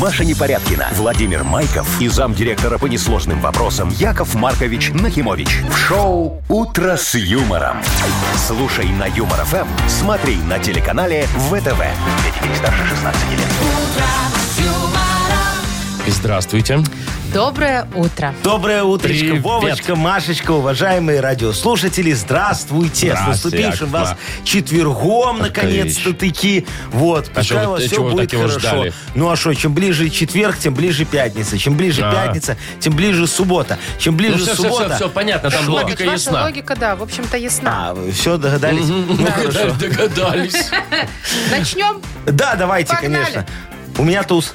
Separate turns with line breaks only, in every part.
Маша Непорядкина, Владимир Майков и замдиректора по несложным вопросам Яков Маркович Нахимович. В шоу «Утро с юмором». Слушай на Юмор ФМ, смотри на телеканале ВТВ. Для детей старше 16 лет.
Здравствуйте.
Доброе утро.
Доброе утречко,
Привет.
Вовочка, Машечка, уважаемые радиослушатели, здравствуйте. С
Здрасте,
наступившим
Яков
вас четвергом,
Маркович.
наконец-то-таки. Вот,
А чё
пускай
вы-
у вас
чего
все
вы
будет
так его
хорошо.
ждали?
Ну а что, чем ближе четверг, тем ближе пятница. Чем ближе
А.
пятница, тем ближе суббота. Чем ближе
Ну, всё, всё,
суббота...
всё, всё, понятно, там
Что?
логика
Маркович, ваша
ясна.
логика, да, в общем-то, ясна.
А, все догадались? Ну хорошо.
Догадались.
А.
Начнем.
Да, давайте,
Погнали.
конечно. У меня туз.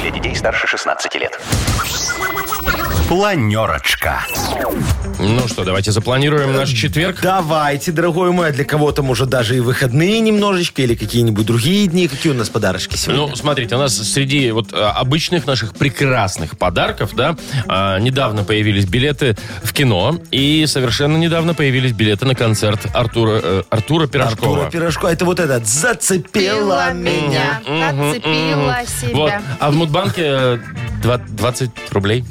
Для детей старше 16 лет. Планерочка.
Ну что, давайте запланируем наш четверг.
Давайте, дорогой мой, а для кого-то, может, даже и выходные немножечко или какие-нибудь другие дни. Какие у нас подарочки сегодня?
Ну, смотрите, у нас среди вот а, обычных наших прекрасных подарков, да, а, недавно появились билеты в кино, и совершенно недавно появились билеты на концерт Артура, э, Артура Пирожкова.
Артура Пирожкова. Это вот этот «Зацепила
Пила
меня».
меня, отцепила
Вот.
себя.
А в Мудбанке э, два- 20 рублей.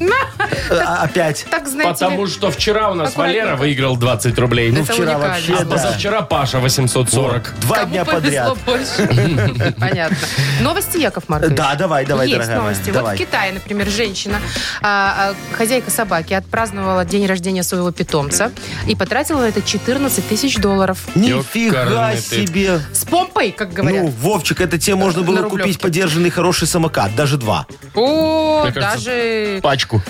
А, Опять.
Так, знаете
Потому
ли,
что вчера у нас
аккуратненько.
Валера выиграл 20 рублей.
Ну,
Это
вчера
уникально.
вообще,
а
да.
позавчера Паша 840.
Два
кому
дня
повезло
подряд.
больше. Понятно. Новости, Яков Маркович.
Да, давай, давай,
Есть
дорогая моя,
новости.
давай.
Вот в Китае, например, женщина, а, а, хозяйка собаки, отпраздновала день рождения своего питомца и потратила на это 14 тысяч долларов.
Нифига
Ёкарный ты.
себе.
С помпой, как
Ну,
говорят.
Вовчик, это тебе можно
На
было
Рублевке.
купить подержанный хороший самокат, даже два.
О,
Мне кажется,
даже
Пачку.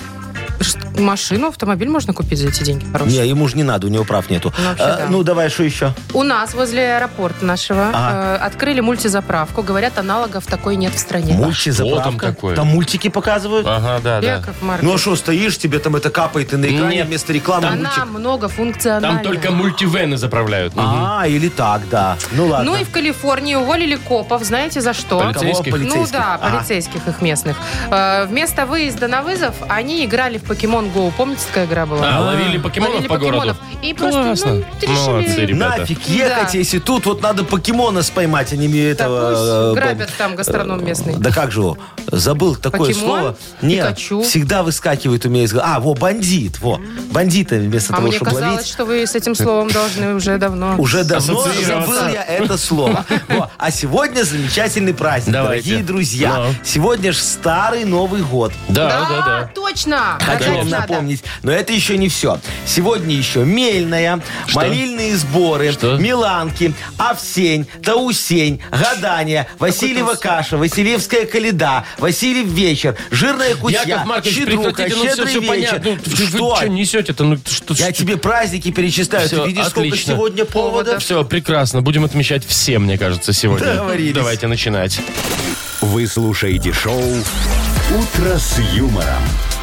ш- машину, автомобиль можно купить за эти деньги хорошие.
Не, ему же не надо, у него прав нету.
Ну, вообще,
А,
да.
Ну, давай, что еще?
У нас возле аэропорта нашего
Ага.
э, открыли мультизаправку. Говорят, аналогов такой нет в стране.
Мультизаправка.
там такое? А.
Там мультики показывают.
Ага, да, да.
Яков Маркович,
Ну, а что, стоишь, тебе там это капает, и на экране
Нет.
вместо рекламы
она
мультик.
многофункциональная.
Там только мультивены заправляют. Мгм.
А, или так, да. Ну, ладно.
Ну и в Калифорнии уволили копов, знаете за что?
Полицейских?
Кого?
Ну
Полицейских?
да,
Ага.
полицейских их местных. Э, вместо выезда на вызов они играли в Pokemon Go. Помните, такая игра была?
А, ловили покемонов
Ловили
по городу?
покемонов. И просто, ну, решили-
Молодцы, ребята.
Нафиг ехать,
Да.
если тут вот надо покемона споймать, а не мне
Да
этого...
пусть
э,
грабят
пом-
там гастроном местный.
Да как же его? Забыл такое
Покемон?
слово. Нет,
Пикачу?
всегда выскакивает у меня из головы. А, во, бандит, во. Бандиты вместо
А
того,
мне
чтобы
казалось,
ловить.
что вы с этим словом должны уже давно.
Уже давно
Ассоциироваться.
забыл я это слово. Во, А сегодня замечательный праздник,
Давайте.
дорогие друзья.
Ну.
Сегодня ж старый Новый год.
Да,
Да,
да, да.
точно.
Хочу
Рожать
вам
надо.
напомнить, но это еще не все. Сегодня еще мельная, молильные сборы,
Что?
миланки, овсень, таусень, гадание, Васильева каша, Васильевская каледа, Васильев вечер, жирная кутья,
Яков Маркович,
щедруха,
прекратите, ну все,
щедрый
все
вечер.
понятно. Ну, вы
что?
что несете-то? Ну, что,
Я тебе праздники перечисляю.
Всё,
Ты видишь, сколько
отлично.
сегодня поводов?
Все, прекрасно. Будем отмечать все, мне кажется, сегодня.
Договорились.
Давайте начинать.
Вы слушаете шоу «Утро с юмором»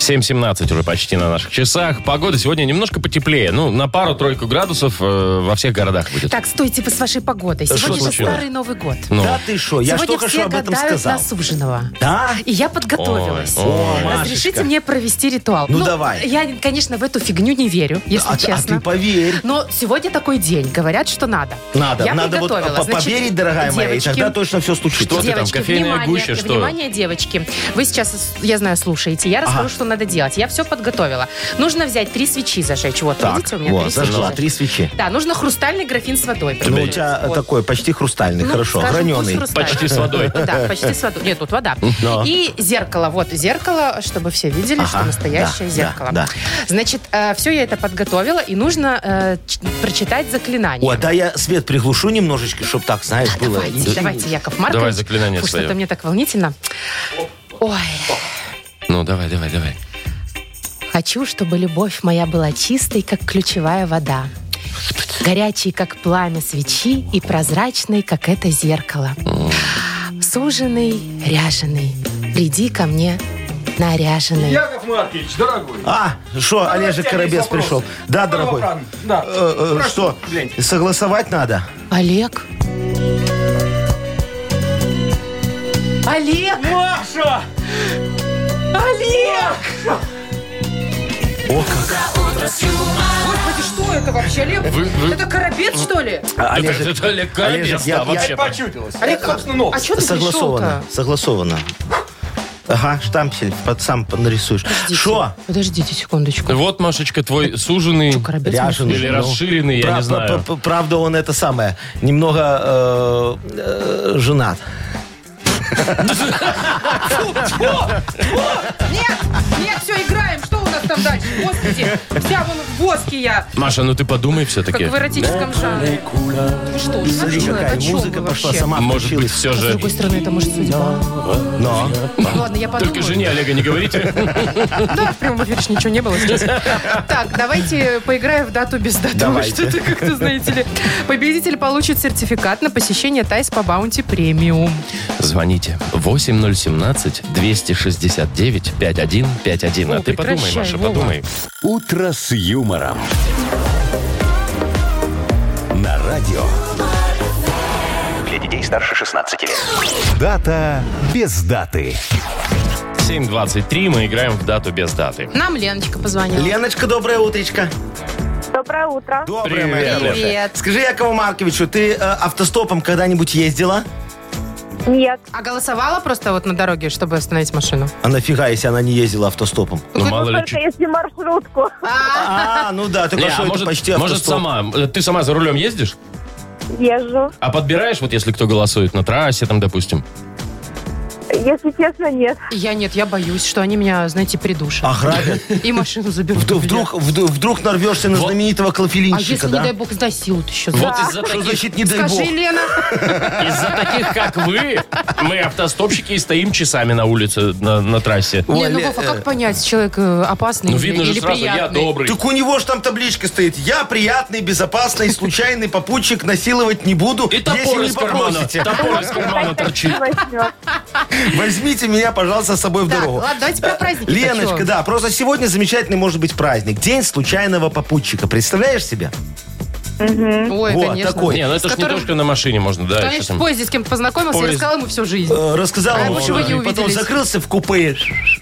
7.17 уже почти на наших часах. Погода сегодня немножко потеплее. Ну, на пару-тройку градусов э, во всех городах будет.
Так, стойте вы с вашей погодой.
Что
Сегодня же
случилось?
старый Новый год.
Ну.
Да ты что? Я ж
Сегодня
только
все
что об этом
гадают
сказал.
на суженого.
Да?
И я подготовилась.
Ой, ой.
О,
Разрешите
Машечка.
мне провести ритуал.
Ну, давай.
Я, конечно, в эту фигню не верю, если
А ты- а
честно.
ты поверь.
Но сегодня такой день. Говорят, что надо.
Надо,
Я
надо вот
приготовилась.
по-
Значит,
поверить, дорогая моя, и
девочки,
тогда точно все случится.
Что ты там,
девочки,
кофейная
внимание,
гуща, что?
внимание, девочки. Вы сейчас, я знаю, слушаете. Я расскажу,
Ага.
что надо делать. Я все подготовила. Нужно взять три свечи зажечь. Вот,
Так,
видите, у меня
вот,
три
зажгла
свечи.
три свечи.
Да, нужно хрустальный графин с водой.
Ну, у тебя
Вот.
такой почти хрустальный,
Ну,
хорошо,
скажем, пусть
граненый.
хрустальный.
Почти с водой.
Ну Да, почти с водой. Нет, тут вода.
Но.
И зеркало. Вот зеркало, чтобы все видели, что
Ну. Ага, да,
настоящее
да,
зеркало.
да.
Значит, все я это подготовила, и нужно э, ч- прочитать заклинание.
О, да я свет приглушу немножечко, чтобы так, знаешь, было.
Давайте, давайте, Яков Маркович.
Давай заклинание
Фу,
свое.
Что-то мне так волнительно. Ой,
Ну, давай, давай, давай.
хочу, чтобы любовь моя была чистой, как ключевая вода. Горячей, как пламя свечи, и прозрачной, как это зеркало. Суженый, ряженый, приди ко мне наряженный.
Яков Маркович, дорогой.
А, что, Олежек
Давайте,
Коробец
Олег,
пришел.
вопросы.
Да,
Второй
дорогой.
вопрос. Да.
Э, э,
Прошу,
что,
гляньте.
согласовать надо?
Олег? Олег!
Ну, а Маша!
О, как.
Господи, что это вообще, Олег?
Вы- вы-
Это коробец, что ли?
Это-
А, Олежек,
это, Олег Колесов,
Олежек, я-
да,
я-
вообще-то.
Олег, собственно, ног. А что ты пришел-то?
согласовано, согласовано. Ага, штампсель под, сам нарисуешь. Что?
Подождите секундочку.
Вот, Машечка, твой суженый
Коробец
Ряженый. ну.
или расширенный, я
Прав-
не знаю.
п- п- Правда, он это самое, немного э, э, женат.
Нет, нет, все, играем. Что у нас там дальше? Господи, вся вон в воске я,
Маша, ну ты подумай
как
все-таки.
в эротическом жанре. Ну Что, ж, наш человек, о
Какая
чем
музыка
вы
пошла,
вообще?
сама
Может быть,
включилась.
все
С
же.
другой стороны, это может судьба.
Но.
Ладно, я подумаю.
Только жене Олега не говорите.
Да, в прямом эфире ж ничего не было сейчас. Так, давайте поиграем в дату без даты.
Давайте.
Что-то как-то, знаете ли. Победитель получит сертификат на посещение Тайс по Баунти Премиум.
Звоните 8017-269-5151.
О,
А ты подумай,
прекращай,
Маша,
Вова.
подумай.
«Утро с юмором». На радио.
Для детей старше 16 лет.
Дата без даты.
7.23 мы играем в дату без
Ну,
даты.
Нам Леночка позвонила.
Леночка, доброе утречко.
Доброе утро.
Доброе, моя
Привет.
хорошая. Скажи, Якову Марковичу, ты э, автостопом когда-нибудь ездила?
Нет,
А голосовала просто вот на дороге, чтобы остановить машину?
А нафига, если она не ездила автостопом?
Ну, мало ли,
только если маршрутку.
А, ну да,
Не,
только
а
что это
может,
почти
может
автостоп.
сама, э, ты сама за рулем ездишь,
Езжу.
а подбираешь, вот если кто голосует на трассе, там, допустим.
Если честно, нет.
Я нет, я боюсь, что они меня, знаете, придушат.
А грабят?
И машину заберут.
Вд-
у меня.
Вдруг, вд- вдруг нарвешься на
Вот.
знаменитого
А
клофелинщика,
если, не
да?
дай бог, изнасилуют еще?
Вот из-за
Что
таких,
значит, не дай
Скажи,
бог?
Лена.
из-за таких, как вы, мы автостопщики и стоим часами на улице, на, на трассе.
Не, ну,
Ле-
Вов, а как понять, человек э, опасный
Ну,
или-
видно же
или
сразу, я
приятный?
добрый.
Так у него же там табличка стоит. Я приятный, безопасный, случайный попутчик, насиловать не буду,
И топор
если не
из кармана.
попросите.
Топор из кармана торчит.
Возьмет.
Возьмите меня, пожалуйста, с собой в
Так,
дорогу.
ладно, давайте про праздники.
Леночка, да, просто сегодня замечательный может быть праздник. День случайного попутчика. Представляешь себе?
Ой,
Вот,
конечно.
такой.
Не, ну это
С
же не
которым-
только на машине можно, да. еще
Конечно,
там.
в поезде с кем-то познакомился и
Поезд.
рассказал ему всю жизнь.
Э, Рассказал
А
ему
лучше
всю
бы не
жизнь, потом
увиделись.
закрылся в купе.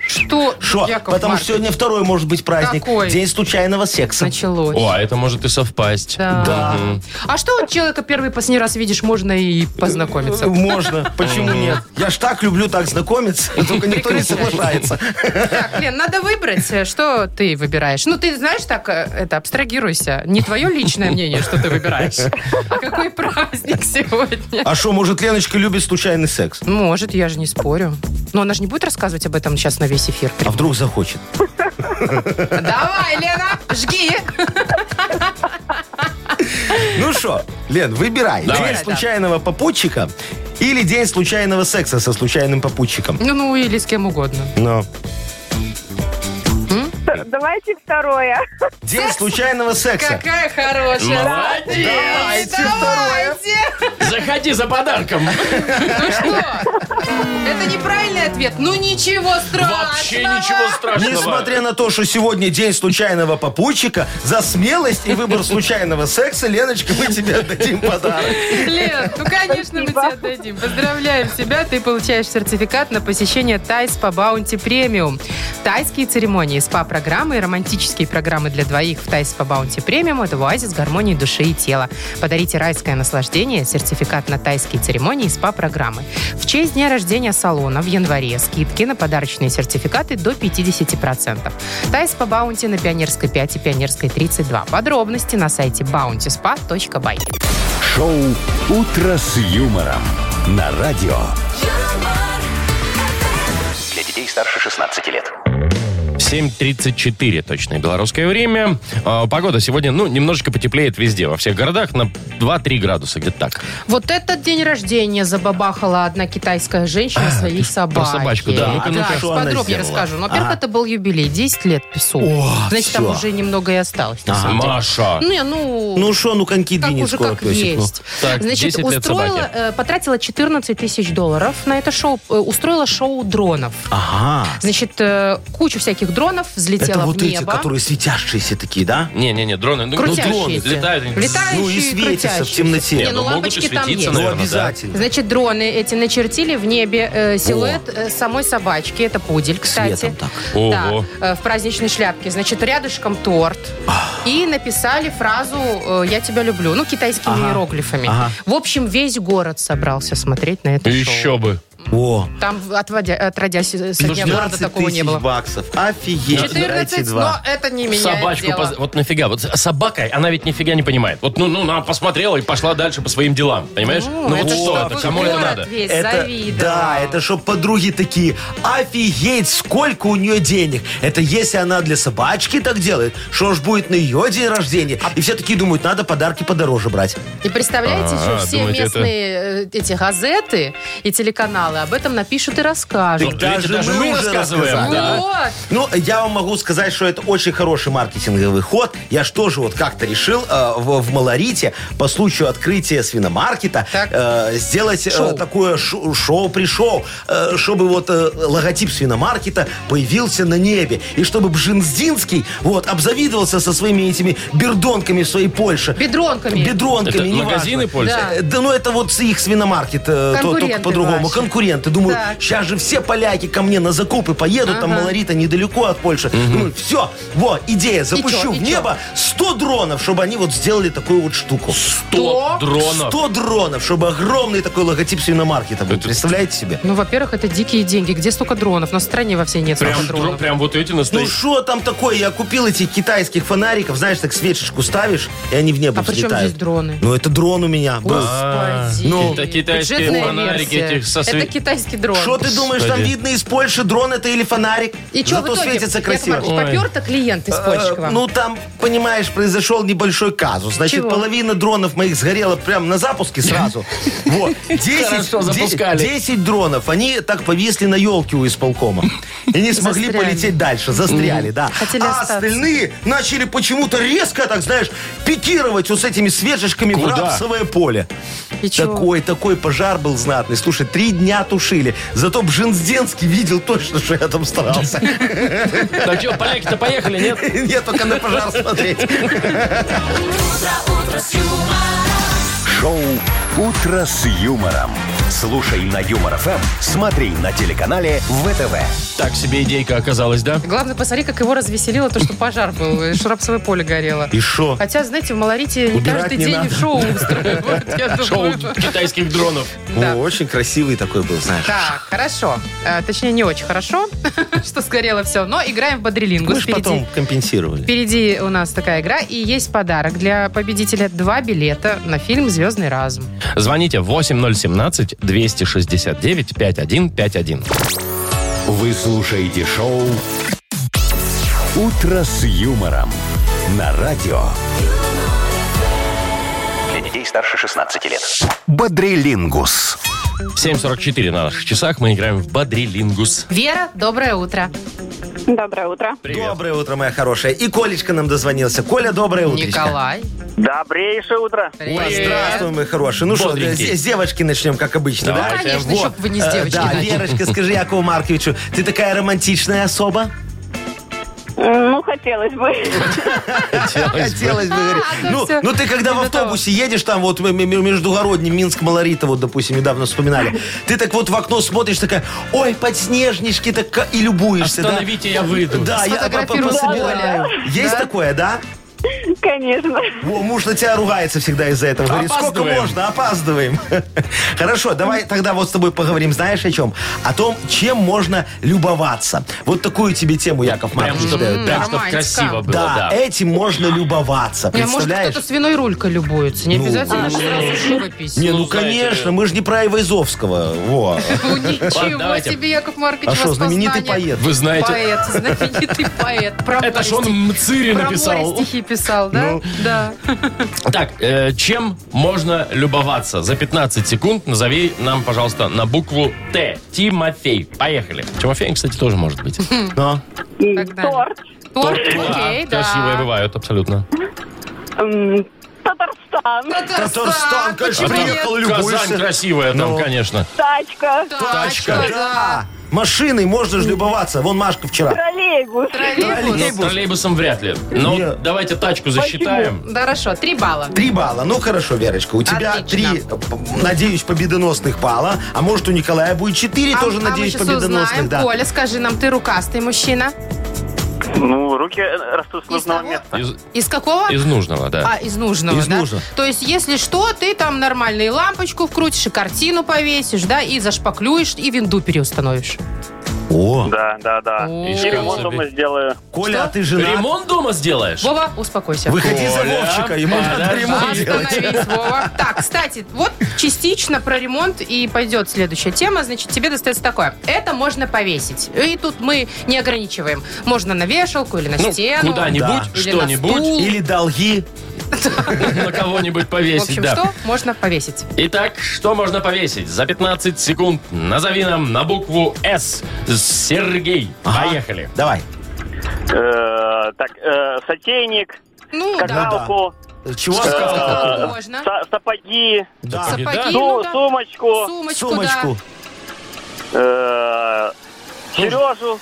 Что,
Шо?
Яков
Потому
Маркович,
что сегодня второй может быть праздник.
Какой?
День случайного секса.
началось?
О, а это может и совпасть.
Да.
Мгм.
А что у человека первый последний раз видишь, можно и познакомиться?
Можно. Почему нет? Я ж так люблю так знакомиться, только никто не соглашается.
Так, Лен, надо выбрать, э, что ты выбираешь. Ну, ты знаешь, так, э, это, абстрагируйся. Не твое личное мнение, что ты выбираешь, а какой праздник сегодня.
А что, может, Леночка любит случайный секс?
Может, я же не спорю. Но она же не будет рассказывать об этом сейчас на весь эфир.
А вдруг захочет?
Давай, Лена, жги.
Ну что, Лен, выбирай.
Давай.
День случайного попутчика или день случайного секса со случайным попутчиком?
Ну, ну или с кем угодно.
Ну.
Т- Давайте второе.
День случайного секса.
Какая хорошая.
Молодец.
Давайте
Давайте.
Заходи за подарком.
Ну что? Это неправильный ответ. Ну ничего страшного.
Вообще ничего страшного.
Несмотря на то, что сегодня день случайного попутчика, за смелость и выбор случайного секса, Леночка, мы тебе отдадим подарок.
Лен, ну конечно мы тебе отдадим. Поздравляем тебя. Ты получаешь сертификат на посещение Тайс по Баунти Премиум. Тайские церемонии, СПА-программы и романтические программы для двоих в Тайс по Баунти Премиум – это оазис гармонии души и тела. Подарите райское наслаждение, сертификат на тайские церемонии и СПА-программы. В честь дня рождения салона в январе скидки на подарочные сертификаты до 50%. Тайс по Баунти на Пионерской 5 и Пионерской 32. Подробности на сайте bountyspa.by.
Шоу «Утро с юмором». На радио.
Для детей старше 16 лет.
7.34 точное белорусское время. А, Погода сегодня, ну, немножечко потеплеет везде, во всех городах на 2-3 градуса, где-то так.
Вот этот день рождения забабахала одна китайская
А,
женщина своей собаке.
собачку, да.
Ну,
Ну-ка, ну-ка.
Да,
Что она
подробнее
сделала?
расскажу. Но, Во-первых,
А.
это был юбилей, 10 лет песу.
О,
Значит, там
всё.
уже немного и осталось. на
А,
самом деле.
Маша.
Не, ну...
Ну что, ну коньки
как
двинет
уже
скоро
как
песик. ну.
есть.
Так, 10
Значит,
лет
устроила,
собаке.
э, потратила 14 тысяч долларов на это шоу, э, устроила шоу дронов.
Ага.
Значит, э, кучу всяких дронов, взлетела
Это вот
в
эти,
небо.
которые светящиеся такие, да?
Не-не-не, дроны. Ну,
Крутящиеся.
дроны летают. они-
Летающие,
Ну и светятся в
крутящиеся.
темноте.
Не, ну,
Ну, могут и
лампочки там
светиться,
есть.
Ну,
наверное, да.
обязательно.
Значит, дроны эти начертили в небе э, силуэт э, самой собачки. Это пудель, кстати.
Светом так.
Ого.
Да, э, в праздничной шляпке. Значит, рядышком торт.
А.
И написали фразу э, «Я тебя люблю». Ну, китайскими иероглифами. В общем, весь город собрался смотреть на это шоу.
Еще бы.
О,
Там, отводя, отродясь, со дня города
15
такого не
тысяч
было.
баксов. Офигеть.
14,
Давайте
но
два.
это не меняет
Собачку,
дело.
поз- вот нафига, вот с собакой, она ведь нифига не понимает. Вот, ну, ну, она посмотрела и пошла дальше по своим делам, понимаешь?
Ну,
Ну, вот что
чтобы
это, кому это
город
надо?
Весь
Это-
завидовал.
да, это чтоб подруги такие, офигеть, сколько у нее денег. Это если она для собачки так делает, что ж будет на ее день рождения. И все такие думают, надо подарки подороже брать.
И представляете,
А,
еще все
думаете, это-
местные э, эти газеты и телеканалы об этом напишут и расскажут.
Ведь
даже мы уже
Ну
рассказали. да.
Вот.
Ну, я вам могу сказать, что это очень хороший маркетинговый ход. Я же тоже вот как-то решил э, в, в Малорите по случаю открытия свиномаркета
Так.
э, сделать э, такое шу- шоу при шоу, э, чтобы вот э, логотип свиномаркета появился на небе. И чтобы Бжинздинский вот обзавидовался со своими этими бердонками в своей Польше.
Бедронками.
Бедронками,
Это
неважно.
магазины пользуются?
Да.
Э, Да ну это вот их свиномаркет, э, то- только
Конкуренты
по-другому.
ваши.
Конкуренты. Думаю,
Так.
сейчас же все поляки ко мне на закупы поедут, там Малорита недалеко от Польши. Думаю, все, вот, идея, запущу
чё, и
в небо 100 дронов, чтобы они вот сделали такую вот штуку.
100 дронов.
100 дронов, чтобы огромный такой логотип свиномаркета был.
Это-
Представляете себе?
Ну, во-первых, это дикие деньги. Где столько дронов? На стране во всей нет
Прям,
столько дронов.
дрон- прям вот эти
Ну
настоящие.
что там такое? Я купил этих китайских фонариков, знаешь, так свечечку ставишь, и они в небо
А при чем
взлетают.
здесь дроны?
Ну это дрон у меня был.
Господи.
Ну.
Это китайские
Бюджетная
фонарики
версия.
этих со све-
Это китайский дрон.
Что ты думаешь, там
Господи.
видно из Польши дрон это или фонарик?
И что в
Зато
итоге?
светится красиво.
Ой.
попер-то клиент из Польши к
Э,
вам?
Ну, там, понимаешь, произошел небольшой казус. Значит,
Чего?
половина дронов моих сгорела прямо на запуске сразу. Вот. 10,
Хорошо, запускали.
10 дронов, они так повисли на елке у исполкома. И не смогли
Застряли.
полететь дальше. Застряли, да.
Хотели
А
остаться.
остальные начали почему-то резко, так знаешь, пикировать вот с этими свежечками в
Куда?
рапсовое поле.
И чё?
Такой, такой пожар был знатный. Слушай, три дня тушили. Зато Бжензденский видел точно, что я там старался.
Так что, поляки-то поехали, нет?
Нет, только на пожар смотреть.
Шоу «Утро с юмором». Слушай на Юмор ФМ, смотри на телеканале ВТВ.
Так себе идейка оказалась, да?
Главное, посмотри, как его развеселило то, что пожар был, и шрапсовое поле горело.
И шо?
Хотя, знаете, в Малорите не
Убирать
каждый
не
день
надо.
шоу устраивают, я
Шоу
думаю.
китайских дронов.
Да.
О, очень красивый такой был, знаешь.
Так, хорошо. Э, Точнее, не очень хорошо, что сгорело все. Но играем в бодрелингус
Мы же
впереди.
потом компенсировали.
Впереди у нас такая игра, и есть подарок для победителя. Два билета на фильм «Звездный разум».
Звоните 8017-269-5151.
Вы слушаете шоу «Утро с юмором» на радио
Для детей старше 16 лет.
«Бодрилингус».
7.44 на наших часах. Мы играем в Бадрилингус.
Вера, доброе утро.
Доброе утро.
Доброе утро, моя хорошая. И Колечка нам дозвонился. Коля, доброе утро.
Николай.
Добрейшее утро.
Привет.
Здравствуй, мой хороший. Ну что,
Бодренький.
с с девочки начнем, как обычно,
Ну,
да?
конечно,
Вот.
чтоб вы не с
Э,
девочки
Да,
начали.
Верочка, скажи Якову Марковичу, ты такая романтичная особа?
Ну, хотелось бы.
Хотелось бы говорить.
ну
Ну,
всё.
ну ты когда
Не
в
готова.
автобусе едешь, там вот м- м- междугородний Минск, Малорита, вот, допустим, недавно вспоминали, ты так вот в окно смотришь, такая, ой, подснежнички, так ка- и любуешься, да?
Остановите, я выйду.
Да, я по- по-
Сфотографирую
пособираю. Есть такое, да?
Конечно.
Во, муж на тебя ругается всегда из-за этого. Говорит, сколько
Опаздываем.
можно, опаздываем. Хорошо, давай тогда вот с тобой поговорим, знаешь о чем? О том, чем можно любоваться. Вот такую тебе тему, Яков
Прям,
Маркович.
чтоб,
дает.
прям,
Да.
чтоб
Романтика.
красиво было,
Да,
да.
этим можно любоваться,
А Может,
представляешь?
кто-то свиной рулькой любуется. Не
Ну,
обязательно же сразу живопись.
Не,
Ну,
ну,
знаете,
конечно, мы же не про Ивайзовского. Во.
Ну, Ничего
давайте.
себе, Яков Маркович,
А что,
вас
знаменитый
познание.
поэт?
Вы знаете,
Поэт, знаменитый поэт. Про
это
море
ж он
стихи-
Мцири
про море
написал.
стихи писал, да?
Ну.
Да.
Так, э, чем можно любоваться? За 15 секунд назови нам, пожалуйста, на букву Т. Тимофей. Поехали. Тимофей, кстати, тоже может быть.
Но.
далее.
Торт.
Торт,
Да,
окей, да.
Красивые бывают, абсолютно.
М, Татарстан.
Татарстан,
А
почему
конечно,
нет?
ехал,
Казань
любуешься.
красивая там,
Ну.
конечно.
Тачка.
Тачка, да.
Да. машиной можно же любоваться. Вон Машка вчера.
Троллейбус.
Ну, с троллейбусом вряд ли. Но
Нет.
давайте тачку засчитаем.
Да, хорошо, три балла.
Три балла. Ну хорошо, Верочка, у тебя
Отлично.
три, э, п- надеюсь, победоносных балла. А может, у Николая будет четыре,
А-
тоже,
а
надеюсь,
мы сейчас
победоносных.
узнаем.
да.
Коля, скажи нам, ты рукастый мужчина?
Ну, руки растут с
Из
нужного
того?
места.
Из,
Из какого?
из нужного, да.
А, из нужного,
Из
да?
нужного.
То есть, если что, ты там нормально и лампочку вкрутишь, и картину повесишь, да, и зашпаклюешь, и винду переустановишь.
О,
Да, да, да.
О.
И ремонт дома сделаю.
Коля,
Что?
а ты жена.
Ремонт дома сделаешь?
Вова, успокойся.
Выходи за
Коля, А,
Вовчика, ему надо
подожди.
ремонт делать.
Остановись, Вова. Так, кстати, вот частично про ремонт и пойдет следующая тема. Значит, тебе достается такое. Это можно повесить. И тут мы не ограничиваем. Можно на вешалку или на
Ну,
стену.
куда-нибудь,
Или на
что-нибудь.
стул.
Или долги.
На кого-нибудь
В
повесить,
общем,
да.
что можно повесить?
Итак, что можно повесить? За 15 секунд назови нам на букву «С». Сергей, поехали.
Давай. Ну
Э, Так, э, сотейник,
Ну, да.
скакалку,
Чего?
э,
Скакалку можно.
са- сапоги,
Да.
Сапоги,
Сапоги,
да?
ну
су-
да.
сумочку,
Сумочку, да.
Сумочку.
э, Сережу.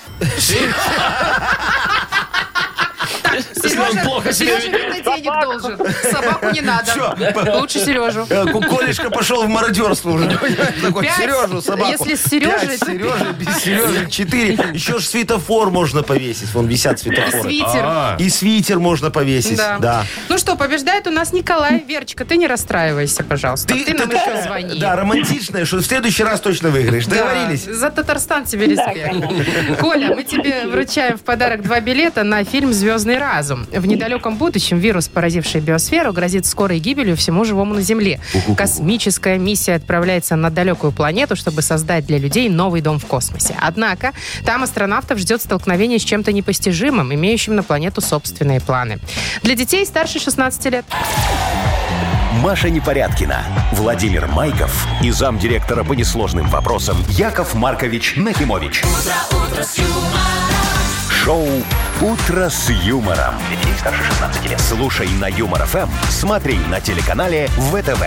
он плохо себя
Сережа именно денег должен. Собаку не надо.
Всё.
Лучше Сережу.
Э, Ку- Колешка пошел в мародерство уже. понимаешь, Такой,
Пять.
Сережу, собаку.
Если с Сережей,
Пять,
то
Сережа, без Сережи, четыре. Еще ж светофор можно повесить. Вон висят светофоры.
Свитер.
А,
И свитер можно повесить.
Да.
Да.
Ну что, побеждает у нас Николай. Верочка, ты не расстраивайся, пожалуйста. А Ты, нам
такая,
еще звони.
Да, романтичная, что в следующий раз точно выиграешь.
Да,
Договорились?
За Татарстан тебе респект. Коля, мы тебе вручаем в подарок два билета на фильм «Звездный разум». В недалеком будущем вирус, поразивший биосферу, грозит скорой гибелью всему живому на Земле. Космическая миссия отправляется на далекую планету, чтобы создать для людей новый дом в космосе. Однако там астронавтов ждет столкновение с чем-то непостижимым, имеющим на планету собственные планы. Для детей старше 16 лет.
Маша Непорядкина, Владимир Майков и замдиректора по несложным вопросам Яков Маркович Нахимович. Шоу Утро с юмором. Для детей старше 16 лет. Слушай на юмор ФМ, смотри на телеканале ВТВ.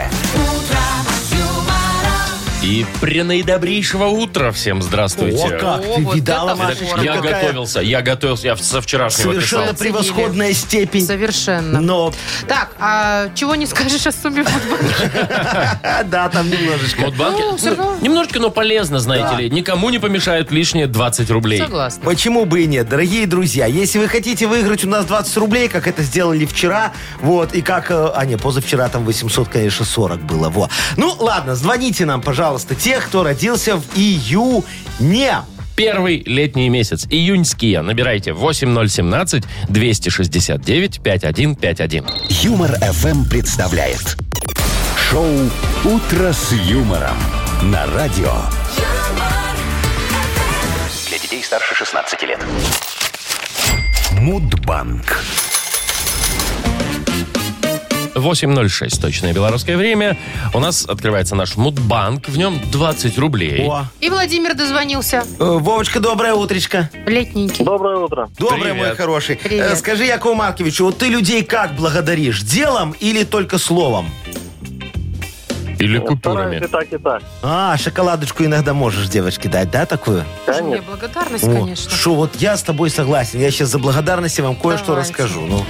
И пренаидобрейшего утра всем здравствуйте.
О, как
О,
ты
вот
видала,
это
Машечка,
здорово.
Я
какая
готовился, я готовился, я в- со вчерашнего
совершенно
писал.
превосходная степень.
Совершенно.
Но,
Так, а чего не скажешь о сумме футбола?
а, да, там немножечко.
Модбанки?
Ну, всё равно.
Немножечко, но полезно, знаете ли. Никому не помешает лишние 20 рублей.
Согласна.
Почему бы и нет, дорогие друзья? Если вы хотите выиграть у нас 20 рублей, как это сделали вчера, вот, и как... э, А, не, позавчера там 800, конечно, 40 было, во. Ну, ладно, звоните нам, пожалуйста, тех, кто родился в июне.
Первый летний месяц, июньские. Набирайте 8017-269-5151.
Юмор ФМ представляет. Шоу Утро с юмором на радио.
Для детей старше 16 лет.
Мудбанк.
8.06, точное белорусское время. У нас открывается наш мудбанк, в нем 20 рублей.
О,
И Владимир дозвонился.
э, Вовочка, доброе утречко.
Летненький.
Доброе утро.
Доброе,
Привет.
мой хороший.
Привет.
Э, Скажи, Якову Марковичу, вот ты людей как благодаришь? Делом или только словом?
Или
Стараюсь
купюрами.
и так, и так.
А, шоколадочку иногда можешь девочке дать, да, такую?
Тоже мне
Конечно.
благодарность,
О,
конечно.
Шо, вот я с тобой согласен. Я сейчас за благодарность вам кое-что
Давайте.
расскажу. Ну,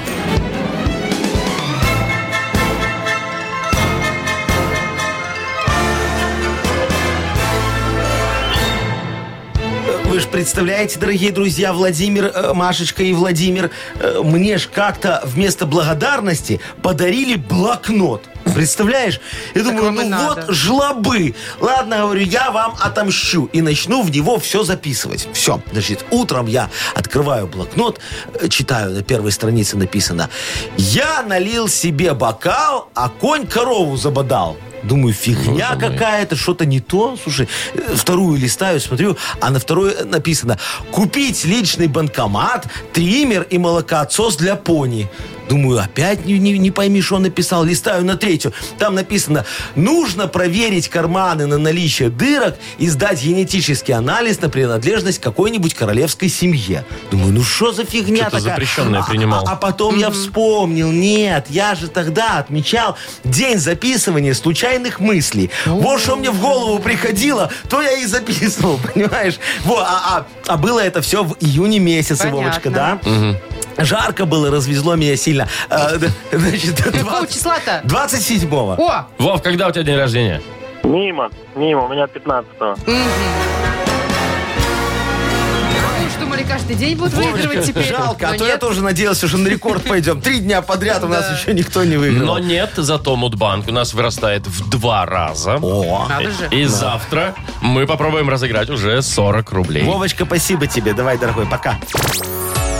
Вы же представляете, дорогие друзья, Владимир, э, Машечка и Владимир, э, мне ж как-то вместо благодарности подарили блокнот. Представляешь? Я думаю,
вам и
ну
надо.
вот жлобы. Ладно, говорю, я вам отомщу. И начну в него все записывать. Все. Значит, утром я открываю блокнот, э, читаю, на первой странице написано. Я налил себе бокал, а конь корову забодал. Думаю, фигня
Боже мой.
какая-то, что-то не то. Слушай, э, вторую листаю, смотрю, а на второй э, написано «Купить личный банкомат, триммер и молокоотсос для пони». Думаю, опять не, не- не пойми, что он написал. Листаю на третью. Там написано, нужно проверить карманы на наличие дырок и сдать генетический анализ на принадлежность к какой-нибудь королевской семье. Думаю, ну что за фигня
Что-то
такая?
запрещенное
А- а-
принимал.
а потом я вспомнил, нет, я же тогда отмечал день записывания случайных мыслей. Вот что мне в голову приходило, то я и записывал, понимаешь? Во, а, а- а было это все в июне месяце,
Понятно.
Вовочка, да? Жарко было, развезло меня сильно. А, д- Значит,
Какого
20
числа-то?
27-го.
О,
Вов, когда у тебя день рождения?
Мимо, мимо, у меня 15-го.
вы же думали, каждый день будут выигрывать теперь.
Жалко,
Но
а то
нет.
я тоже надеялся, что на рекорд пойдем. Три дня подряд у нас еще никто не
Но
выиграл.
нет, зато Мудбанк у нас вырастает в два раза.
О,
Надо же.
И завтра мы попробуем разыграть уже 40 рублей.
Вовочка, спасибо тебе. Давай, дорогой, пока.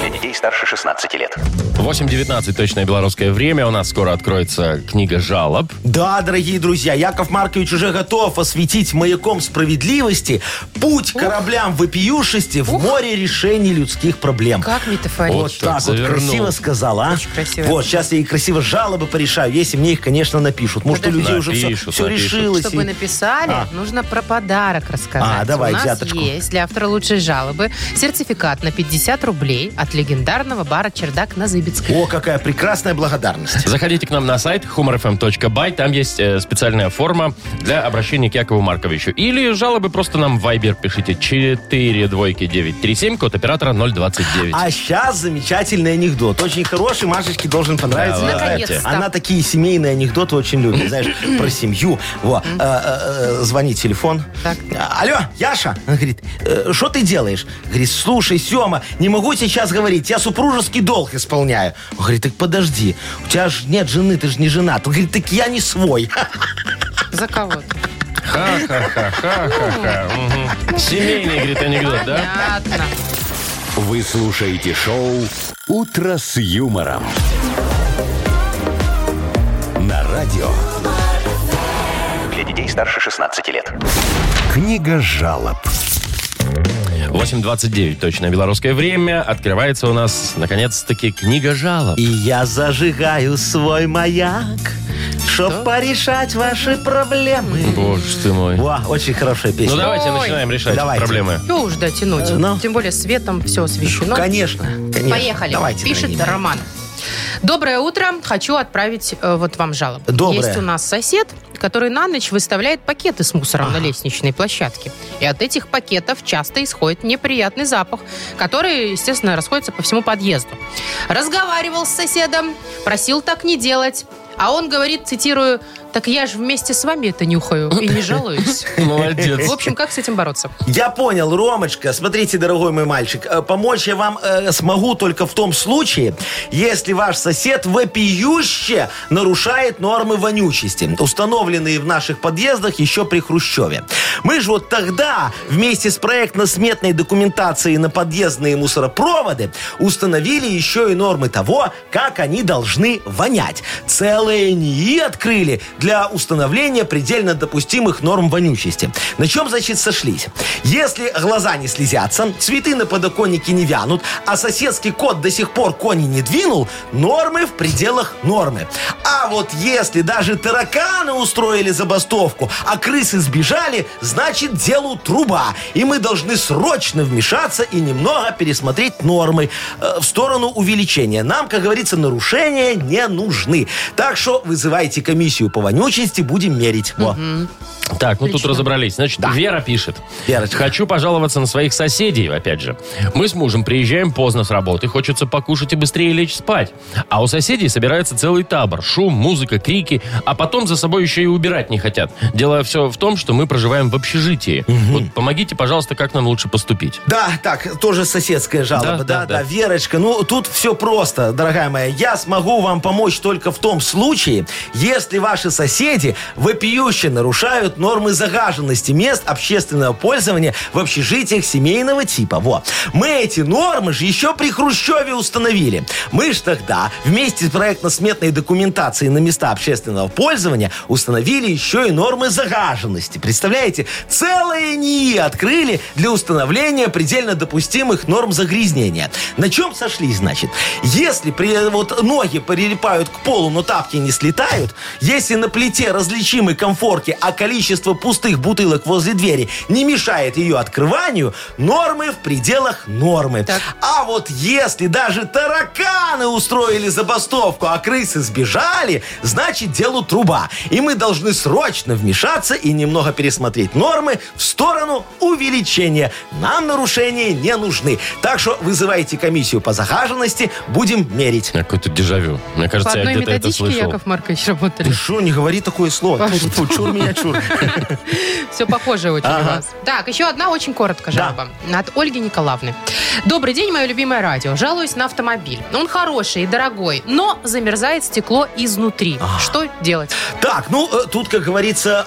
Для детей старше 16 лет.
8.19 точное белорусское время. У нас скоро откроется книга жалоб.
Да, дорогие друзья, Яков Маркович уже готов осветить маяком справедливости путь кораблям вопиюшести в море решений людских проблем.
Как метафорично.
Вот
Вот так вот
завернул.
красиво сказала, а?
Очень красиво.
Вот, сейчас я и красиво жалобы порешаю, если мне их, конечно, напишут. Может, у людей уже все,
Напишут, напишут.
решилось.
Чтобы
и-
написали, нужно про подарок рассказать.
А, давай,
У нас
взяточку.
есть для автора лучшей жалобы сертификат на 50 рублей от легендарного бара «Чердак» на Зыбицкой.
О, какая прекрасная благодарность.
Заходите к нам на сайт humorfm.by. Там есть э, специальная форма для обращения к Якову Марковичу. Или жалобы просто нам в Viber пишите. 4 двойки 937, код оператора 029.
А сейчас замечательный анекдот. Очень хороший, Машечке должен понравиться.
Давай.
Она-
Наконец-то.
Она такие семейные анекдоты очень любит, знаешь, про семью. Во, э, э, э, звонит телефон.
Так.
Алло, Яша, Он говорит, что ты делаешь? Говорит, слушай, Сема, не могу сейчас говорить, я супружеский долг исполняю. Он говорит, так подожди, у тебя же нет жены, ты же не женат. Он говорит, так я не свой.
За кого-то.
Ха-ха-ха-ха-ха. Мгм. Семейный, говорит, анекдот, да?
Понятно.
Вы слушаете шоу «Утро с юмором» на радио.
Для детей старше 16 лет.
Книга жалоб.
8.29 точное белорусское время. Открывается у нас, наконец-таки, книга жалоб.
И я зажигаю свой маяк, чтоб порешать ваши проблемы.
Боже ты мой.
Во, очень хорошая песня.
Ну давайте
Ой.
начинаем решать
Давайте.
проблемы.
Чего уж дотянуть?
Ну.
Тем более светом все освещено.
Конечно, конечно.
Ну, Поехали.
Давайте,
Пишет
дорогие мои.
Роман. Доброе утро. Хочу отправить э, вот вам жалобу.
Доброе.
Есть у нас сосед, который на ночь выставляет пакеты с мусором на лестничной площадке. И от этих пакетов часто исходит неприятный запах, который, естественно, расходится по всему подъезду. Разговаривал с соседом, просил так не делать. А он говорит, цитирую, «Так я же вместе с вами это нюхаю и не жалуюсь».
Молодец.
В общем, как с этим бороться?
Я понял, Ромочка. Смотрите, дорогой мой мальчик, э, помочь я вам э, смогу только в том случае, если ваш сосед вопиюще нарушает нормы вонючести, установленные в наших подъездах еще при Хрущеве. Мы же вот тогда вместе с проектно-сметной документацией на подъездные мусоропроводы установили еще и нормы того, как они должны вонять. Целые НИИ открыли для установления предельно допустимых норм вонючести. На чем, значит, сошлись? Если глаза не слезятся, цветы на подоконнике не вянут, а соседский кот до сих пор кони не двинул, нормы в пределах нормы. А вот если даже тараканы устроили забастовку, а крысы сбежали, значит, делу труба. И мы должны срочно вмешаться и немного пересмотреть нормы э, в сторону увеличения. Нам, как говорится, нарушения не нужны. Так что вызывайте комиссию по вонючести, будем мерить. Во.
Так, ну тут разобрались. Значит, Вера пишет.
Верочка.
Хочу пожаловаться на своих соседей, опять же. Мы с мужем приезжаем поздно с работы, хочется покушать и быстрее лечь спать. А у соседей собирается целый табор. Шум, музыка, крики. А потом за собой еще и убирать не хотят. Дело все в том, что мы проживаем в общежитии. Вот помогите, пожалуйста, как нам лучше поступить.
Да, так, тоже соседская жалоба.
Да, да,
Да, да,
да.
Верочка, ну тут все просто, дорогая моя. Я смогу вам помочь только в том случае, если ваши соседи вопиюще нарушают нормы загаженности мест общественного пользования в общежитиях семейного типа. Во. Мы эти нормы же еще при Хрущеве установили. Мы ж тогда вместе с проектно-сметной документацией на места общественного пользования установили еще и нормы загаженности. Представляете? Целое НИИ открыли для установления предельно допустимых норм загрязнения. На чем сошлись, значит? Если при, вот ноги прилипают к полу, но тапки не слетают, если на плите различимы комфорки, а количество пустых бутылок возле двери не мешает ее открыванию, нормы в пределах нормы. А вот если даже тараканы устроили забастовку, а крысы сбежали, значит делу труба. И мы должны срочно вмешаться и немного пересмотреть нормы в сторону увеличения. Нам нарушения не нужны. Так что вызывайте комиссию по загаженности, будем мерить.
Какое-то дежавю. Мне
По
кажется, я
одной
где-то это
методичке
слышал.
Яков Маркович работали.
Что, не говори такое слово.
Пожалуйста.
Фу, чур меня, чур.
Все похоже очень
Ага.
у вас. Так, еще одна очень коротко жалоба. От Ольги Николаевны. Добрый день, мое любимое радио. Жалуюсь на автомобиль. Он хороший и дорогой, но замерзает стекло изнутри.
А.
Что делать?
Так, ну, э, тут, как говорится,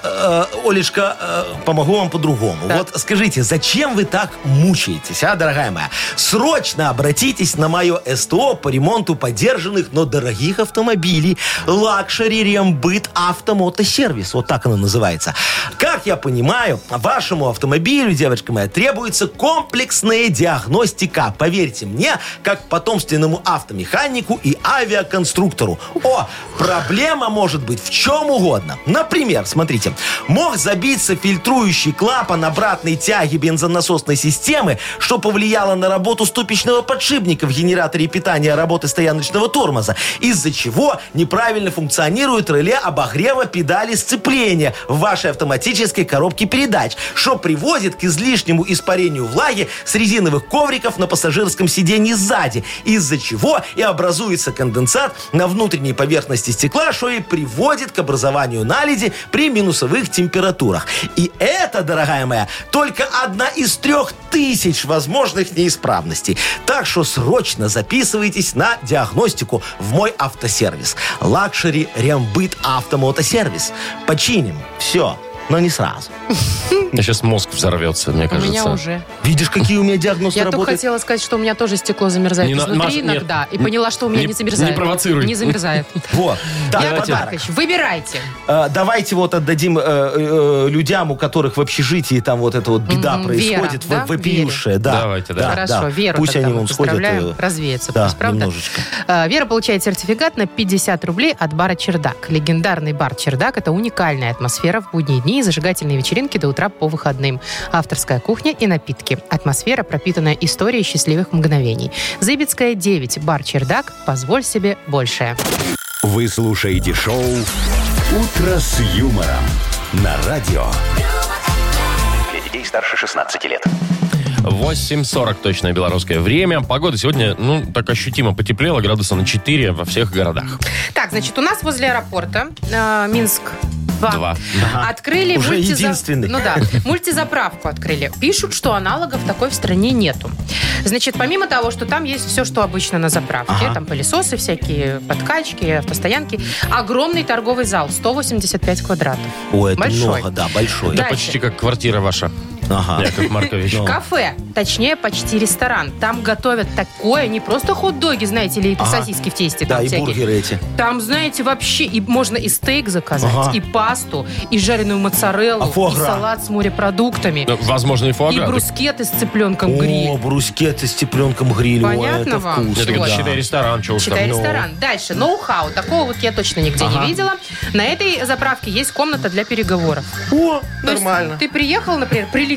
э, Олечка, э, помогу вам по-другому.
Так.
Вот скажите, зачем вы так мучаетесь, а, дорогая моя? Срочно обратитесь на мое СТО по ремонту подержанных, но дорогих автомобилей. Лакшери Рембыт Автомотосервис. Вот так оно называется. Как я понимаю, вашему автомобилю, девочка моя, требуется комплексная диагностика. Поверьте мне, как потомственному автомеханику и авиаконструктору. О, проблема может быть в чем угодно. Например, смотрите, мог забиться фильтрующий клапан обратной тяги бензонасосной системы, что повлияло на работу ступичного подшипника в генераторе питания работы стояночного тормоза, из-за чего неправильно функционирует реле обогрева педали сцепления в вашей автоматической коробке передач, что приводит к излишнему испарению влаги с резиновых ковриков на пассажирском сиденье сзади, из-за чего и образуется конденсат на внутренней поверхности стекла, что и приводит к образованию наледи при минусовых температурах. И это, дорогая моя, только одна из трех тысяч возможных неисправностей. Так что срочно записывайтесь на диагностику в мой автосервис. Лакшери Рембыт Автомотосервис. Починим. Все. Но не сразу.
Мне сейчас мозг взорвется, мне
У
кажется.
меня уже.
Видишь, какие у меня диагнозы
Я только
работают?
хотела сказать, что у меня тоже стекло замерзает
Не на-
изнутри
Маш, нет.
иногда. И поняла, что у меня
Не-
не, замерзает.
не провоцируй.
Не замерзает.
Вот. Так,
Яков
подарок.
Маркович, выбирайте.
Э, Давайте вот отдадим э, э, людям, у которых в общежитии там вот эта вот беда
Мгм, вера,
происходит,
да,
во- вопиющая, да.
Давайте, да.
Хорошо, Веру
Пусть
тогда
они
мы
вон сходят.
поздравляем.
э,
Развеется
да,
пусть, правда?
немножечко.
Э, Вера получает сертификат на 50 рублей от бара «Чердак». Легендарный бар «Чердак» — это уникальная атмосфера в будние дни и зажигательные вечеринки до утра по выходным. Авторская кухня и напитки. Атмосфера, пропитанная историей счастливых мгновений. Заибицкая, 9. Бар «Чердак». Позволь себе большее.
Вы слушаете шоу «Утро с юмором» на радио.
Для детей старше 16 лет.
8.40 точное белорусское время. Погода сегодня, ну, так ощутимо потеплела, градуса на 4 во всех городах.
Так, значит, у нас возле аэропорта э, Минск 2.
Два.
Открыли
Уже
мультиза-
единственный.
Ну да, мультизаправку открыли. Пишут, что аналогов такой в стране нету. Значит, помимо того, что там есть все, что обычно на заправке, там пылесосы всякие, подкачки, автостоянки, огромный торговый зал, 185 квадратов.
Ой, это
Большой.
много, да, большой.
Да
Дальше.
почти как квартира ваша,
Ага.
Яков Маркович.
Ну.
Кафе, точнее, почти ресторан. Там готовят такое, не просто хот-доги, знаете, или
Ага.
сосиски в тесте.
Да,
там
и
всякие.
бургеры эти.
Там, знаете, вообще и можно и стейк заказать,
Ага.
и пасту, и жареную моцареллу,
А фуа
и
гра?
салат с морепродуктами,
Ну, Возможно, и
и
фуаград.
брускеты с цыпленком
О,
гриль.
брускеты с тепленком гриль. Ой,
Понятно
это
вам?
вкусно.
Это
Вот.
как
да.
считай ресторан, что уж там.
Читай
Ну,
ресторан. Дальше. Ноу-хау. Такого вот я точно нигде не видела. На этой заправке есть комната для переговоров.
О,
То есть
нормально.
ты приехал, например, прилетел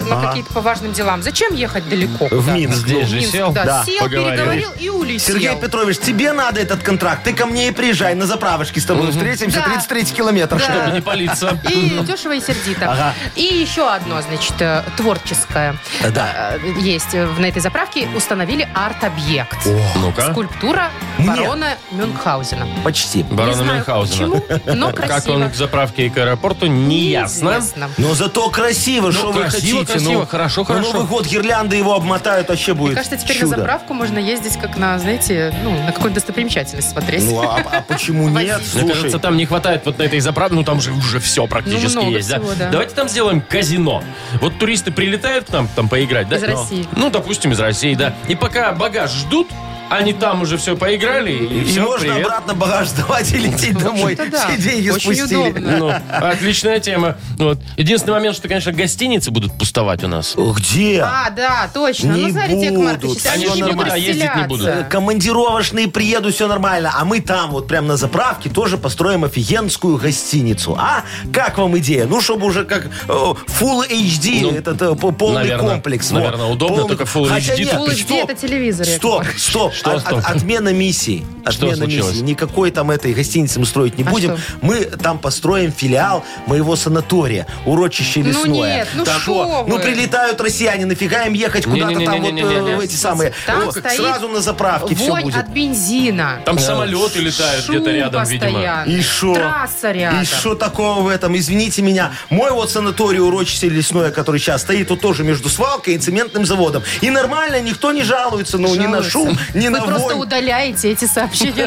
на
Ага.
какие-то по важным делам. Зачем ехать далеко?
В
Да.
Минск.
Здесь же
Минск,
сел,
да,
да,
сел,
поговорил.
переговорил и улетел.
Сергей Петрович, тебе надо этот контракт. Ты ко мне и приезжай на заправочке с тобой. Встретимся,
Да.
33 километр.
Да.
Что?
чтобы ну, не палиться.
И дешево и сердито.
Ага.
И еще одно, значит, э, творческое
Э, да.
э, есть э, в- на этой заправке. Установили арт-объект.
Ну-ка.
Скульптура
Мне.
Барона Мюнхгаузена.
Почти.
Барона
не знаю,
Мюнхгаузена.
почему, но красиво.
Как он к заправке и к аэропорту, не ясно.
Неизвестно.
Но зато красиво, что вы
Ну, красиво,
хотите.
красиво,
ну.
хорошо,
На
хорошо.
Новый год гирлянды его обмотают, вообще будет
Мне кажется, теперь
чудо.
на заправку можно ездить как на, знаете, ну, на какую-то достопримечательность смотреть.
Ну, а, а почему нет?
Возить.
Мне
Слушай,
кажется, там не хватает вот на этой заправке. Ну, там же уже все практически
Ну, много
есть, да?
всего, да.
Давайте там сделаем казино. Вот туристы прилетают к нам там поиграть, да?
Из
Ну,
России.
Ну, допустим, из России, да. И пока багаж ждут, они там уже все поиграли, и,
и
все,
можно
привет.
обратно багаж сдавать и лететь домой.
общем-то, да.
Все деньги
Очень
спустили.
удобно.
Ну, отличная тема. Вот. Единственный момент, что, конечно, гостиницы будут пустовать у нас.
Где?
А, да, точно.
Не
ну, знаете, Яков Маркович,
будут.
они
Они
же не
же
будут
нормально ездить не будут. Э,
расселяться.
Э, Командировочные приедут, все нормально. А мы там, вот прям на заправке, тоже построим офигенскую гостиницу. А? Как вам идея? Ну, чтобы уже как э, Full HD,
Ну,
этот э, по- полный
наверное,
комплекс.
наверное, удобно, только Full
Хотя
HD
нет,
Full
ты
HD
что?
это телевизор, Яков
Стоп,
Маркович.
стоп.
Что
От-
стоп?
от- Отмена миссии.
Что
Отмена
случилось?
миссии. Никакой там этой гостиницы мы строить не
А
будем.
что?
Мы там построим филиал моего санатория, урочище
Ну
лесное.
нет, ну
Там-
что вы?
Ну прилетают россияне, нафига им ехать куда-то там вот
Не-не-не-не-не-не.
э, в эти самые.
Там
О,
стоит
Сразу на заправке все
Вонь
будет.
от бензина.
Там самолеты летают
Шум
где-то рядом, видимо.
постоянный.
И шо?
Трасса рядом.
И что такого в этом? Извините меня. Мой вот санаторий урочище лесное, который сейчас стоит, вот тоже между свалкой и цементным заводом. И нормально, никто не жалуется, ну, ни на
Жалуются.
шум, ни
Вы
на
просто
вонь.
удаляете эти сообщения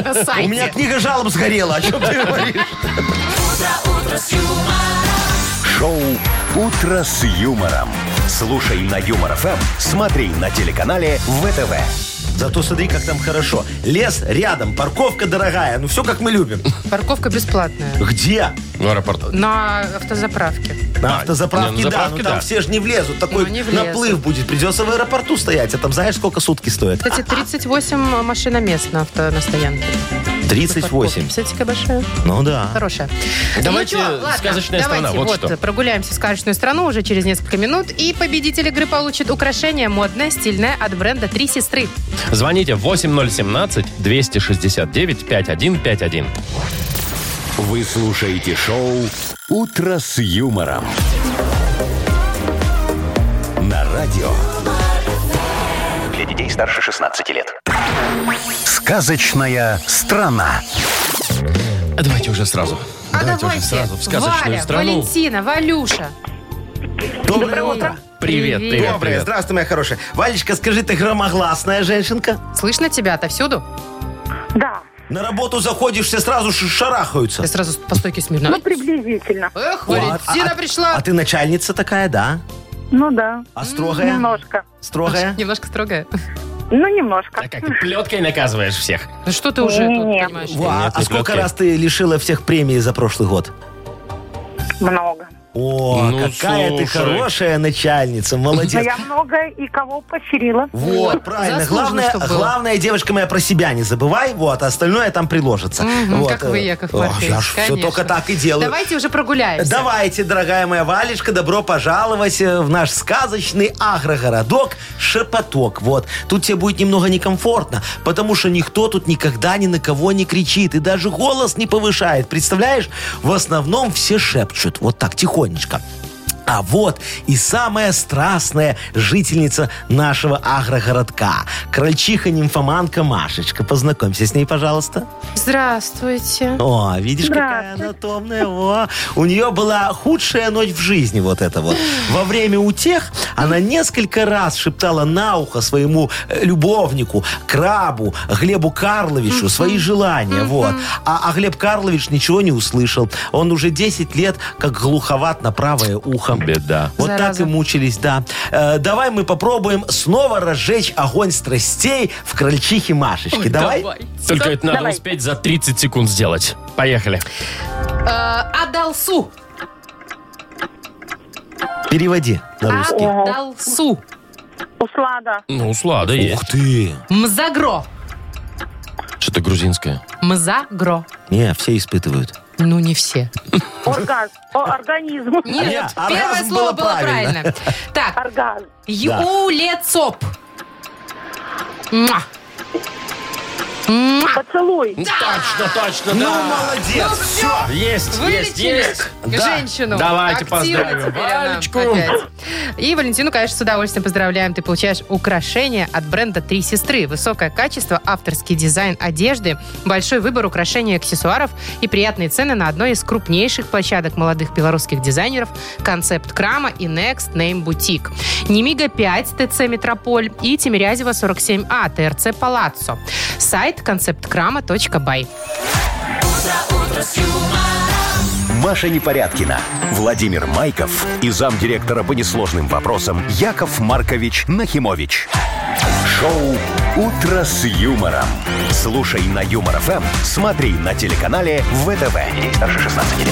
на сайте.
У меня книга жалоб сгорела, о чем ты говоришь?
Шоу «Утро с юмором». Слушай на Юмор ФМ, смотри на телеканале ВТВ.
Зато смотри, как там хорошо. Лес рядом, парковка дорогая. Ну все как мы любим.
Парковка бесплатная.
Где?
В аэропорт.
На автозаправке.
На
А, не, на
автозаправке, да.
заправке,
Ну там
да.
все же не влезут. Такой
Ну, не влезут.
наплыв будет. Придется в аэропорту стоять. А там знаешь, сколько сутки стоит?
Кстати, 38 машиномест на, авто, на стоянке.
38.
Кстати, какая большая.
Ну да.
Хорошая.
Давайте
Ну чё, ладно,
сказочная
давайте
страна, вот что.
прогуляемся в сказочную страну уже через несколько минут. И победитель игры получит украшение модное, стильное от бренда «Три сестры».
Звоните 8017-269-5151.
Вы слушаете шоу «Утро с юмором». На радио
Для детей старше 16 лет.
«Сказочная страна».
А Давайте уже сразу.
А давайте,
уже сразу в сказочную
Валя,
страну.
Валентина, Валюша.
Доброе утро.
Привет,
Привет.
привет,
Доброе.
привет.
Здравствуй, моя хорошая. Валечка, скажи, ты громогласная женщинка?
Слышно тебя отовсюду?
Да,
На работу заходишь, все сразу ш- шарахаются.
Я сразу по стойке смирно.
ну приблизительно.
Эх,
О, а-
Валентина
а-
пришла.
А ты начальница такая, да?
Ну да,
А строгая?
ну,
немножко.
Строгая?
Немножко строгая.
Ну немножко.
А как ты плеткой наказываешь всех?
Ну что ты уже тут,
Не-не-не.
понимаешь?
Во,
Нет,
а
не
сколько
плеткой.
раз ты лишила всех премии за прошлый год?
Много.
О,
Ну,
какая
слушай.
ты хорошая начальница,
Но
Ну,
молодец.
я много и кого поощрила.
Вот, правильно.
Заслуженно,
Главное,
чтоб было.
главное, девочка моя, про себя не забывай, вот, а остальное там приложится.
Мгм,
вот.
как вы, Яков
Ох,
Маркович,
Я ж все
конечно.
только так и делаю.
Давайте уже прогуляемся.
Давайте, дорогая моя Валечка, добро пожаловать э, в наш сказочный агрогородок Шепоток. Вот, тут тебе будет немного некомфортно, потому что никто тут никогда ни на кого не кричит и даже голос не повышает. Представляешь? В основном все шепчут, вот так, тихонечко. А вот и самая страстная жительница нашего агрогородка. Крольчиха-нимфоманка Машечка. Познакомься с ней, пожалуйста.
Здравствуйте.
О, видишь, какая она томная. О, у нее была худшая ночь в жизни вот это вот. Во время утех она несколько раз шептала на ухо своему э, любовнику, крабу, Глебу Карловичу свои желания. Вот. А, а Глеб Карлович ничего не услышал. Он уже 10 лет как глуховат на правое ухо.
Беда.
Вот
Зараза.
так и мучились, да. Э, давай мы попробуем снова разжечь огонь страстей в крольчихе Машечке. давай.
Только это надо
Давай.
успеть за 30 секунд сделать. Поехали.
Э, Адалсу.
Переводи на русский.
А, Адалсу.
Услада.
Ну, слада есть.
Ух ты!
Мзагро.
Что-то грузинское.
Мзагро.
Не, все испытывают.
Ну, не все.
Оргазм. О, организм.
Ну.
Нет,
Нет, а
первое
раз
слово
было
было правильно.
правильно.
Так,
Оргазм.
юлецоп. Муа. Муа.
Поцелуй.
Ну, Точно, точно,
Ну, молодец! все!
Есть, есть,
Вылечили
есть.
женщину.
Давайте
Активна
поздравим
теперь она
Валечку.
опять. И Валентину, конечно, с удовольствием поздравляем. Ты получаешь украшение от бренда «Три сестры». Высокое качество, авторский дизайн одежды, большой выбор украшений и аксессуаров и приятные цены на одной из крупнейших площадок молодых белорусских дизайнеров «Концепт Крама» и «Next Name Boutique». Немига 5 ТЦ «Метрополь» и Тимирязева А, 47А ТРЦ «Палаццо». Сайт концепткрама.бай.
Маша Непорядкина, Владимир Майков и замдиректора по несложным вопросам Яков Маркович Нахимович. Шоу «Утро с юмором». Слушай на Юмор ФМ, смотри на телеканале ВТВ. Ей старше 16 лет.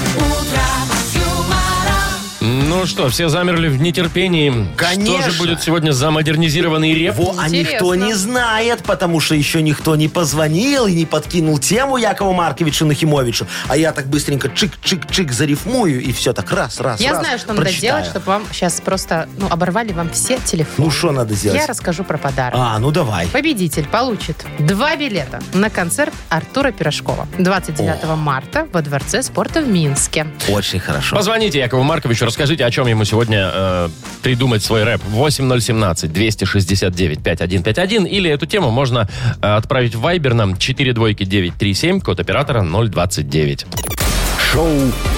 Ну что, все замерли в нетерпении. Что
Конечно.
же будет сегодня за модернизированный реп?
Во, а
Интересно.
никто не знает, потому что еще никто не позвонил и не подкинул тему Якову Марковичу Нахимовичу. А я так быстренько чик-чик-чик зарифмую и все так раз, раз,
Я
раз
знаю, что надо
прочитаю.
делать, чтобы вам сейчас просто ну, оборвали вам все телефоны.
Ну, что надо сделать?
Я расскажу про подарок.
А, ну давай.
Победитель получит два билета на концерт Артура Пирожкова 29 марта во Дворце спорта в Минске.
Очень хорошо.
Позвоните Якову Марковичу, расскажите, о чем ему сегодня э, придумать свой рэп. 8017-269-5151. Или эту тему можно э, отправить в Viber нам 42937, код оператора 029.
Шоу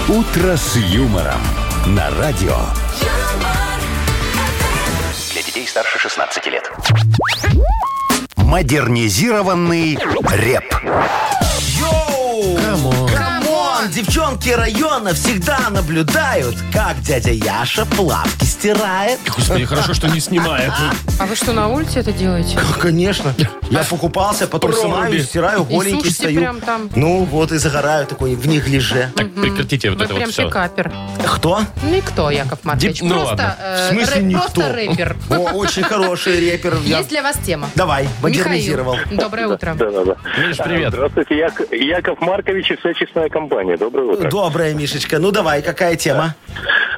«Утро с юмором» на радио.
Для детей старше 16 лет.
Модернизированный реп.
Йоу! Камон! Девчонки района всегда наблюдают, как дядя Яша плавки стирает.
Господи, хорошо, что не снимает.
А вы что, на улице это делаете?
Конечно. Я покупался, потом
Проруби.
снимаю, стираю, голенький
сушите
стою.
прям там.
Ну вот и загораю такой в них леже.
Так, прекратите вот
Вы
это вот
прям
все.
пикапер.
Кто?
Никто, Яков Маркович.
Дип- ну ладно.
просто, э,
В смысле
рэп-
никто?
просто рэпер.
О, очень хороший репер. Я-
Есть для вас тема.
Давай, модернизировал.
Михаил, доброе утро.
Да-да-да.
Миш, привет.
Здравствуйте, Як- Яков Маркович и вся честная компания. Доброе утро.
Добрая, Мишечка. Ну давай, какая тема?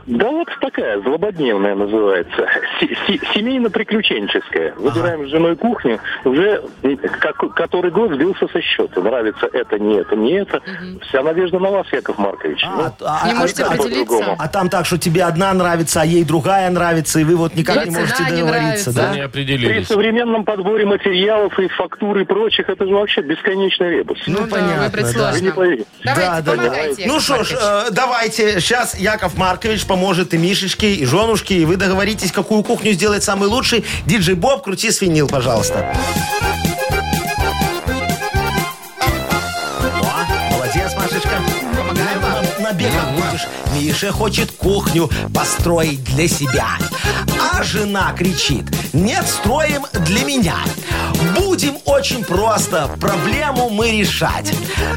Да вот такая, злободневная называется. Се- се- Семейно-приключенческая. Выбираем с женой кухню. Уже м, как- который год сбился со счета. Нравится это, не это, не это. Вся надежда на вас, Яков Маркович. Ну,
А, а-
Не
а-
можете
а-
это
определиться?
по-другому.
а там так, что тебе одна нравится, а ей другая нравится, и вы вот никак не
Или
можете
цена не
договориться,
нравится.
да?
Не
При
определились.
современном подборе материалов и фактур и прочих, это же вообще бесконечный ребус.
Ну,
да,
понятно,
выбрать
да.
Вы не
сложно.
поверите.
Давайте, помогайте,
Ну
Яков
что ж,
Маркович.
э, давайте. Сейчас Яков Маркович поможет и Мишечке, и женушке, и вы договоритесь, какую кухню сделать самый лучший. Диджей Боб, крути свинил, пожалуйста. О, молодец, Машечка. На- Набегом будешь. Миша хочет кухню построить для себя. А жена кричит, нет, строим для меня. Будем очень просто проблему мы решать.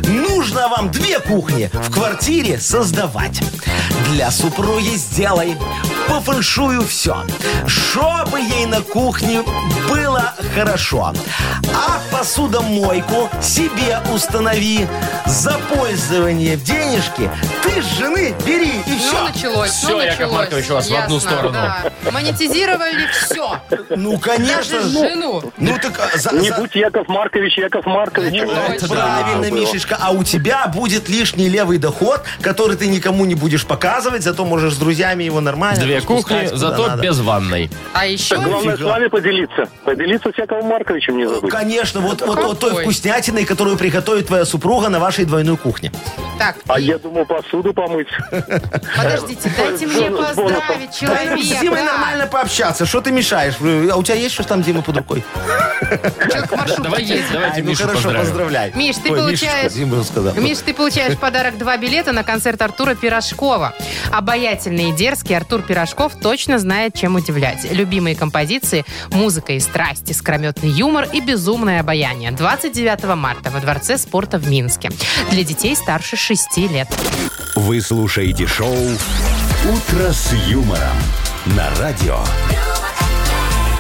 Нужно вам две кухни в квартире создавать. Для супруги сделай по фэншую все, чтобы ей на кухне было хорошо. А посудомойку себе установи. За пользование денежки ты с жены бери и
Ну,
все.
началось,
Всё,
ну,
Яков
началось.
Маркович, у вас в одну
Ясно,
сторону.
да. Монетизировали все.
Ну, конечно
Даже
же.
жену.
Ну, так а, за-
Не
за-
будь Яков Маркович, Яков Маркович.
Ну,
это
точно.
Правильно,
было.
Мишечка. А у тебя будет лишний левый доход, который ты никому не будешь показывать, зато можешь с друзьями его нормально
Две
распускать,
кухни,
куда
зато
надо.
без ванной.
А еще
Главное с вами поделиться. Поделиться с Яковом Марковичем не забыть.
Конечно, вот, вот, вот
Какой?
той вкуснятиной, которую приготовит твоя супруга на вашей двойной кухне.
так.
А
и-
я думал посуду помыть.
Подождите, дайте мне
Бонус,
поздравить
Дай нам с Димой
человека.
нормально пообщаться. Что ты мешаешь? А у тебя есть что там, Дима, под рукой?
Человек в маршрутке
Давайте,
едет.
давайте
Ай, ну
Мишу
хорошо,
поздравим.
поздравляй.
Миш, ты
Ой,
получаешь-
Мишечка, Дима сказал.
Миш, ты получаешь в подарок два билета на концерт Артура Пирожкова. Обаятельный и дерзкий Артур Пирожков точно знает, чем удивлять. Любимые композиции, музыка и страсть, искрометный юмор и безумное обаяние. 29 марта во Дворце спорта в Минске. Для детей старше 6 лет.
Вы слушаете шоу «Утро с юмором» на радио.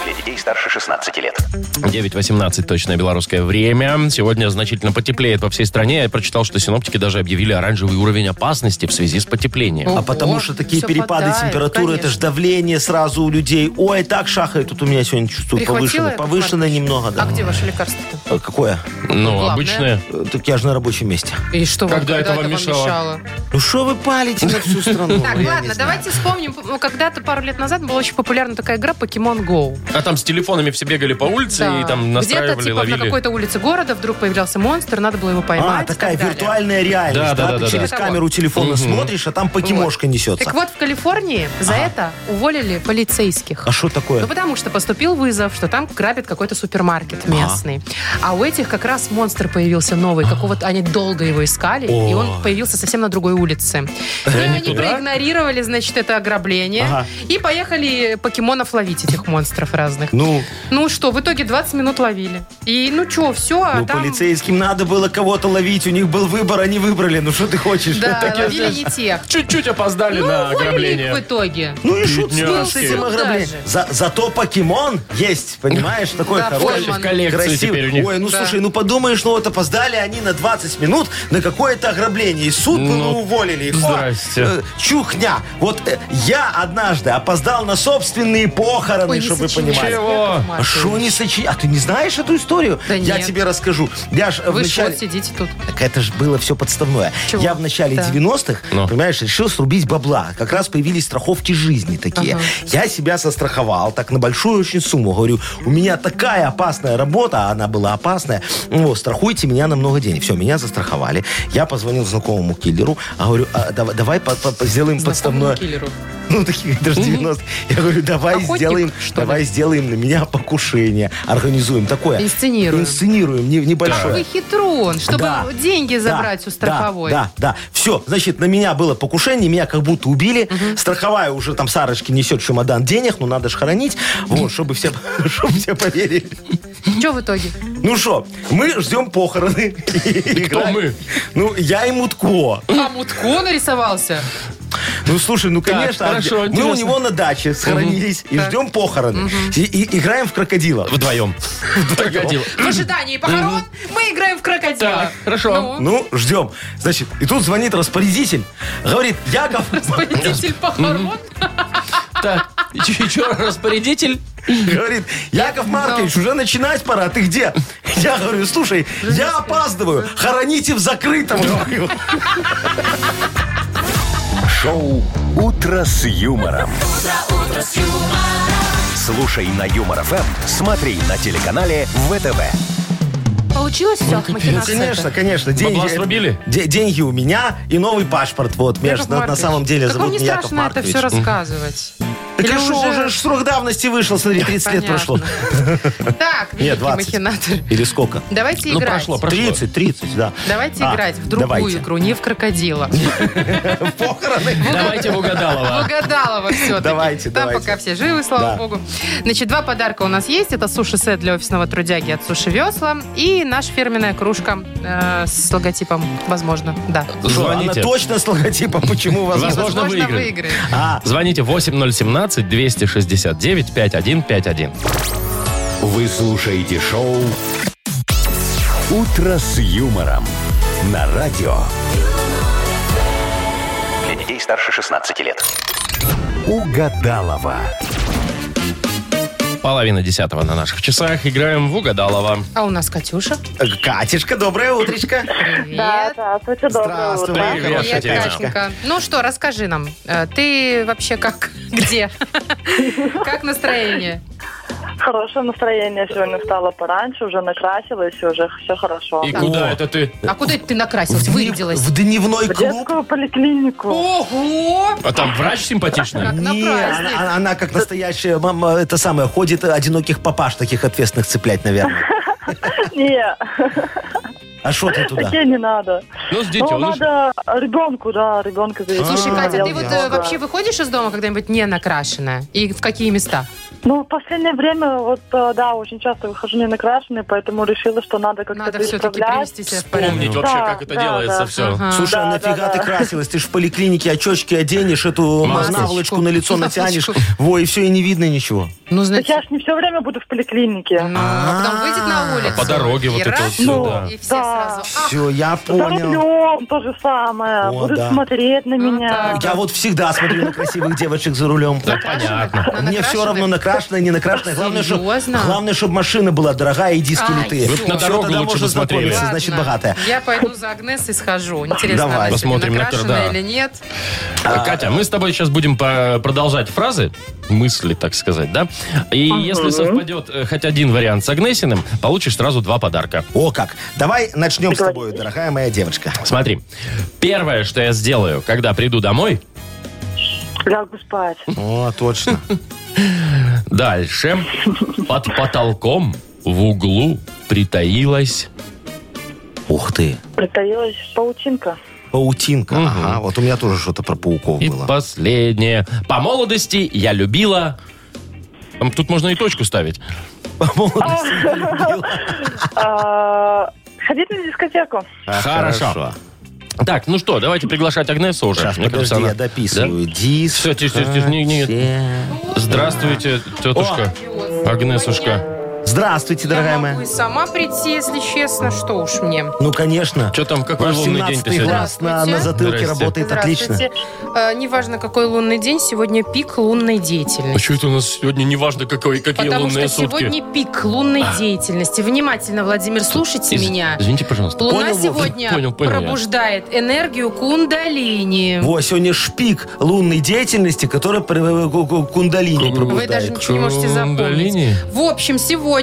Для детей детей старше 16 лет.
9.18 точное белорусское время. Сегодня значительно потеплеет по всей стране. Я прочитал, что синоптики даже объявили оранжевый уровень опасности в связи с потеплением.
А потому
Ого,
что такие
всё
перепады
падает,
температуры, это же
конечно.
давление сразу у людей. Ой, так шахает. Тут у меня сегодня чувствую
Прихватило,
повышено.
Яков
Повышено
Маркович?
немного, да.
А где ваше лекарство
Э, Какое?
Ну,
главное.
обычное.
Э, Так я же на рабочем месте.
И что вам,
Когда это вам
вам
мешало?
Ну что вы палите на всю страну? Ну,
Так,
Я не
ладно,
знаю.
давайте вспомним. Ну, Когда-то пару лет назад была очень популярна такая игра Pokemon Go.
А там с телефонами все бегали по улице
Да.
и там
Где-то
настраивали,
типа на
ловили.
какой-то улице города вдруг появлялся монстр, надо было его поймать.
А,
и
такая
так далее.
виртуальная реальность.
Да,
Да,
да, да,
Ты
да,
через
да.
камеру телефона смотришь, а там покемошка несется.
Так вот, в Калифорнии за это уволили полицейских.
А что
Ну,
такое?
потому что поступил вызов, что там грабят какой-то супермаркет местный. А у этих как раз монстр появился новый. Какого-то они долго его искали, и он появился совсем на другой улице. И они
туда?
проигнорировали, значит, это ограбление.
Ага.
И поехали покемонов ловить, этих монстров разных.
Ну,
Ну что, в итоге 20 минут ловили. И ну что, все, а
ну,
там...
полицейским надо было кого-то ловить, у них был выбор, они выбрали. Ну что ты хочешь?
Да,
Так я
ловили
же-
не тех.
а
Чуть-чуть опоздали
Ну,
на
уволили их в
ограбление.
итоге.
Ну и шут с
Бедняжки.
ним, с этим
Ну,
ограблением.
даже.
За- Зато покемон есть, понимаешь? Такой
Да,
хороший.
пойман.
Коллекцию теперь у них.
Ой, ну
Да.
слушай, ну подумаешь, ну вот опоздали они на 20 минут на какое-то ограбление. И суд бы
Ну,
ну, уволили их. О,
здрасте.
э, Чухня. Вот э, я однажды опоздал на собственные похороны,
Ой, не
чтобы вы
сочиняй,
понимали.
Чего?
Яков
А
Маркович.
что не сочи... А ты не знаешь эту историю?
Да
я
нет.
тебе расскажу. Я ж э,
Вы что,
вначале...
сидите тут?
Так это же было все подставное.
Чего?
Я в начале
Да.
90-х,
Ну.
понимаешь, решил срубить бабла. Как раз появились страховки жизни такие.
Ага.
Я себя состраховал так на большую очень сумму. Говорю, у меня такая опасная работа, а она была опасная. Ну, вот, страхуйте меня на много денег. Все, меня застраховали. Я позвонил знакомому киллеру, а говорю, а, дав- давай по- по- по- сделаем подставное.
Киллеру.
Ну, такие даже 90 Я говорю, давай
Охотник,
сделаем,
что ли?
давай сделаем на меня покушение. Организуем такое.
Инсценируем.
Инсценируем, не- небольшое.
Вы хитрон, чтобы
Да.
деньги забрать
Да,
у страховой.
Да, да, да. Все, значит, на меня было покушение, меня как будто убили. Страховая уже там Сарочки несет чемодан денег, ну надо же хоронить. Вот, чтобы все, чтобы все поверили.
Что в итоге?
Ну что, мы ждем похороны.
Кто мы?
Ну, я и Мутко.
А Мутко нарисовался?
Ну, слушай, ну, конечно. а
хорошо,
где- мы
интересно.
у него на даче схоронились и ждем похороны. И- и играем в крокодила.
Вдвоем. Крокодил.
В ожидании похорон мы играем в крокодила.
Так, хорошо.
Ну,
Ну, ждем. Значит, и тут звонит распорядитель. Говорит, Яков,
Победитель похорон.
Так, еще распорядитель.
говорит, Яков Маркович, уже начинать пора, ты где? Я говорю, слушай, я опаздываю, хороните в закрытом, говорю.
Шоу «Утро с юмором». Слушай на Юмор ФМ, смотри на телеканале ВТВ.
Получилось все?
Ну, конечно, конечно.
Бабла срубили?
де- деньги у меня и новый паспорт. Вот, между ну, на, на самом деле
как вам
зовут
не
не Яков
страшно это
Маркович.
все рассказывать?
Так
Или
а шо,
уже-
уже ж срок давности вышел, смотри, 30 лет прошло.
Понятно. Так,
Нет,
великий
20.
махинатор.
Или сколько?
Давайте
Ну,
играть.
прошло, прошло.
30, 30, да.
Давайте
А,
играть в другую
давайте.
игру, не в крокодила.
В похороны.
Давайте в угадалово.
Угадалова все-таки.
Давайте,
Там
давайте.
пока все живы, слава
Да.
богу. Значит, два подарка у нас есть. Это суши-сет для офисного трудяги от Суши Весла и наша фирменная кружка э, с логотипом, возможно, да.
Шо, а Она
Звоните.
точно с логотипом, почему возможно?
Возможно, выиграет.
выиграет.
А,
Звоните 8017-269-5151.
Вы слушаете шоу «Утро с юмором» на радио
Для детей старше 16 лет.
«Угадалова».
Половина десятого на наших часах. Играем в Угадалова.
А у нас Катюша.
Катюшка, доброе утречко.
Привет.
Да, здравствуйте, доброе
Здравствуй,
утро.
моя
Привет,
хорошая
Привет,
Катюша.
Катюшка.
Катенька. Ну что, расскажи нам, э, ты вообще как, где? Как настроение?
Хорошее настроение сегодня стало пораньше, уже накрасилась, и уже все хорошо.
И куда
О.
это ты?
А куда это ты накрасилась,
дни-
вырядилась?
в дневной
В
клуб.
детскую поликлинику.
Ого!
А там врач симпатичный?
Как на
Не,
праздник.
она, А, она- она как настоящая мама, это самое, ходит одиноких папаш таких ответственных цеплять, наверное.
Не,
Ну А что ты туда?
такие не надо.
Ну, с
Ну,
детенышем.
надо ребенку, да, ребенка завести.
Слушай,
А,
Катя, ты вот э,
Да.
вообще выходишь из дома когда-нибудь не накрашенная? И в какие места?
Ну, в последнее время, вот, э, да, очень часто выхожу не накрашенной, поэтому решила, что надо как-то
Надо все-таки
исправлять.
привести себя в порядок.
Помнить вообще,
Да,
как это
да,
делается
да.
все.
Ага.
Слушай, а
Да,
нафига
да,
ты
да.
красилась? Ты ж в поликлинике очечки оденешь, эту
Масочку.
наволочку на лицо натянешь.
Масочку.
Во, и все, и не видно ничего.
Ну,
Так я
знаете,
ж не все время буду в поликлинике.
ну, а потом выйдет на улицу.
По дороге
и
вот это вот
раз, ну,
всё,
и
да.
все
Да.
сразу. А,
Все, я
За
понял.
рулем то же самое.
О,
Будут
да.
смотреть на
Ну,
меня.
так.
Я вот всегда смотрю на красивых девочек за рулем.
Да, понятно.
на
Мне все
накрашенных?
равно накрашенная, не накрашенная. Главное, чтобы
Серьезно?
главное, чтобы машина была дорогая и диски
Ай,
лютые.
Вот
на
Всё,
дорогу
тогда
лучше
можно
посмотрели.
знакомиться, значит,
Ладно.
богатая.
Я пойду за Агнес и схожу. Интересно,
Давай.
она
Посмотрим
Посмотрим
на
накрашена
Тер, да.
или нет.
Катя, мы с тобой сейчас будем по- продолжать фразы, мысли, так сказать, да? И если совпадет э, хоть один вариант с Агнесиным, получишь сразу два подарка.
О, как. Давай начнем с тобой, дорогая моя девочка.
Смотри, первое, что я сделаю, когда приду домой,
Лягу спать.
О, точно.
дальше под потолком в углу притаилась...
Ух ты.
Притаилась паутинка.
Паутинка.
Мгм.
Ага, вот у меня тоже что-то про пауков
И
было.
последнее. По молодости я любила... Там Тут можно и точку ставить.
А, Ходить на дискотеку.
А,
Хорошо. Так, ну что, давайте приглашать Агнесу уже.
Сейчас,
Мне кажется,
подожди, я
она-
дописываю. Дис.
Всё, тише, тише, тише, не- не-
Все.
Да? Здравствуйте, тетушка. Агнесушка.
Здравствуйте, дорогая
я могу и
моя.
сама прийти, если честно. Что уж мне.
Ну, конечно.
Что там, какой
Ваш
лунный день ты
17-й
сегодня?
глаз на, на затылке
Здрасте.
работает отлично.
Здравствуйте. Э, неважно, какой лунный день, сегодня пик лунной
А
деятельности.
что это у нас сегодня, неважно, какой, какие
Потому что
лунные сутки?
сегодня пик лунной деятельности. Внимательно, Владимир, слушайте
Из-
меня.
Извините, пожалуйста.
Луна
понял, Вов?
сегодня
Понял, понял я.
пробуждает энергию кундалини.
Во, сегодня шпик лунной деятельности, который при- э, ку- ку- кундалини
Вы
Вы даже
пробуждает.
ничего не можете
Кундалини?
запомнить. В общем, сегодня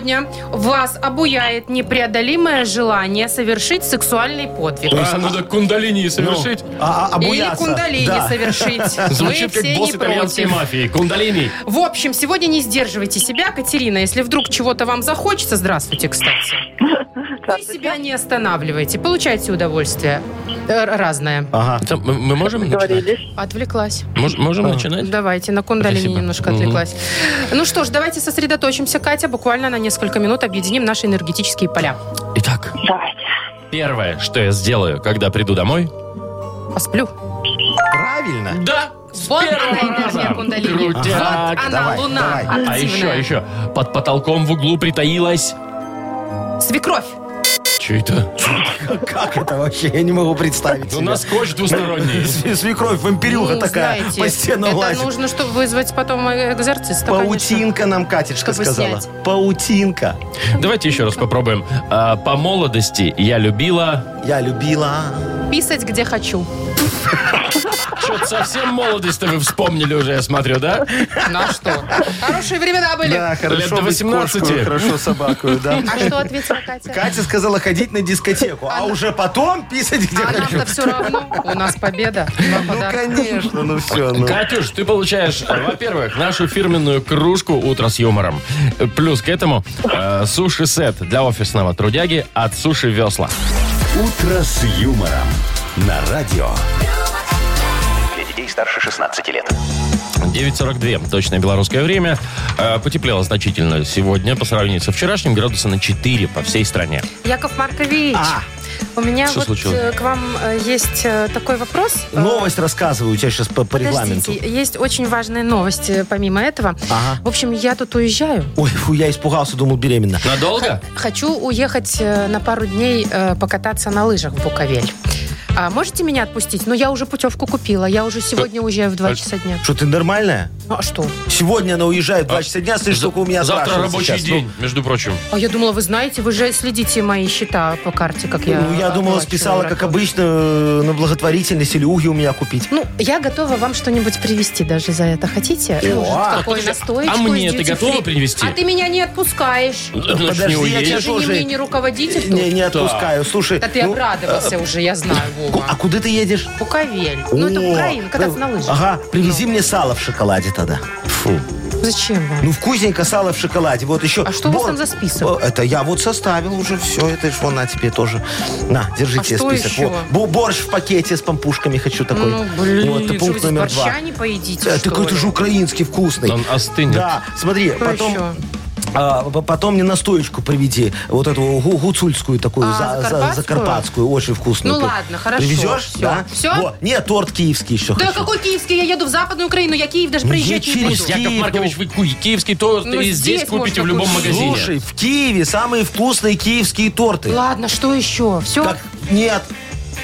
вас обуяет непреодолимое желание совершить сексуальный подвиг.
А, ну так кундалини совершить.
А, а,
Или
обуяться.
кундалини
Да.
совершить. Мы
Звучит как
все
босс
не
итальянской
против.
мафии. Кундалини.
В общем, сегодня не сдерживайте себя, Катерина. Если вдруг чего-то вам захочется, здравствуйте, кстати. Вы себя не останавливайте. Получайте удовольствие э, разное.
Ага.
Там, мы, мы можем начинать?
Договорились.
Отвлеклась.
Мож- можем начинать?
Давайте, на кундалине
Спасибо.
немножко отвлеклась. Ну что ж, давайте сосредоточимся, Катя. Буквально на несколько минут объединим наши энергетические поля.
Итак,
Давайте.
первое, что я сделаю, когда приду домой...
Посплю.
Правильно.
Да!
Вот она энергия кундалини. Вот
Крутяк.
она,
давай,
луна,
давай. А
А еще,
активная.
еще. Под потолком в углу притаилась...
Свекровь.
Че это?
Как это вообще? Я не могу представить
У нас скотч двусторонний.
С- Свекровь, вампирюха
Ну,
такая,
знаете,
по стенам
Это
лазит.
нужно, чтобы вызвать потом экзорциста, конечно.
Паутинка нам Катечка
Чтобы
сказала.
снять.
Паутинка.
Давайте еще раз попробуем. А, По молодости я любила...
Я любила.
Писать, где хочу.
Что-то совсем молодость-то вы вспомнили уже, я смотрю, да?
На что? Хорошие времена были.
Да, хорошо
Лет до
быть
18.
кошкой, хорошо собаку, да.
А что ответила Катя?
Катя сказала ходить на дискотеку, а уже потом писать где
А
хочу.
нам-то все равно. У нас победа. Два
Ну,
подарка.
конечно, ну все. ну.
Катюш, ты получаешь, э, во-первых, нашу фирменную кружку «Утро с юмором». Э, Плюс к этому э, суши-сет для офисного трудяги от «Суши Весла».
«Утро с юмором» на радио.
Для детей старше 16 лет.
9.42, точное белорусское время. Э, Потеплело значительно сегодня по сравнению со вчерашним, градуса на 4 по всей стране.
Яков Маркович,
А.
у меня
Что
вот
случилось?
э, к вам э, есть э, такой вопрос. Э,
Новость рассказываю у тебя сейчас по, по регламенту. А.
Подождите, есть очень важная новость э, помимо этого.
Ага.
В общем, я тут уезжаю.
Ой, фу, я испугался, думал, беременна.
Надолго?
Хочу уехать э, на пару дней э, покататься на лыжах в Буковель. А можете меня отпустить? Но я уже путевку купила. Я уже
Э,
сегодня уезжаю в
а
2 часа дня.
Что, ты нормальная?
Ну, а что?
Сегодня она уезжает в 2 часа дня, слышишь, только у меня
А Завтра
спрашивают
рабочий
сейчас. Ну,
день, между прочим.
А я думала, вы знаете, вы же следите мои счета по карте, как я...
Ну, я думала,
оплачиваю
списала, как
раком.
обычно, э, на благотворительность или уги у меня купить.
Ну, я готова вам что-нибудь привезти даже за это. Хотите? Может, какую настоечку
а мне
из
ты
duty
готова
free?
привезти?
А ты меня не отпускаешь.
Ну, ж
Подожди,
не
я
уедешь.
тебя
Ты же не
тоже-
мне не руководитель тут.
Не, не отпускаю. Слушай,
Да ты
ну,
обрадовался уже, я знаю,
ку- а
Вова.
куда ты едешь?
Буковель. Ну, это
О,
Украина, кататься
э,
на лыжах. Ну,
Ага, привези мне сало в шоколаде тогда.
Фу.
Зачем вам?
Ну, вкусненько сало в шоколаде. Вот еще...
А что у вас там за список?
О, Это я вот составил уже все. Это ж вон, на тебе тоже. На, держите
А что
список.
еще?
Во, бо- борщ в пакете с пампушками хочу такой.
Ну, блин,
вот, это
что вы
пункт
здесь
номер
борща
два.
не поедите,
Э,
что
Такой
ли?
тоже украинский вкусный.
Он остынет.
Да, смотри,
Что
потом...
еще?
а, п- потом мне настоечку привези, вот эту гу- гуцульскую такую,
А,
за- за-
закарпатскую?
закарпатскую? очень вкусную.
Ну
Пр-
ладно, хорошо,
Привезешь?
всё.
Да?
Всё?
Во, Нет, торт киевский еще
Да
хочу.
какой киевский? Я еду в Западную Украину, я Киев даже
Ну,
проезжать не
я
буду.
через Киев.
Яков Маркович, вы ку- киевский торт
Ну,
и здесь
здесь
купите
можно
в любом
купить.
магазине.
Слушай, в Киеве самые вкусные киевские торты.
Ладно, что еще? Все?
Так, нет,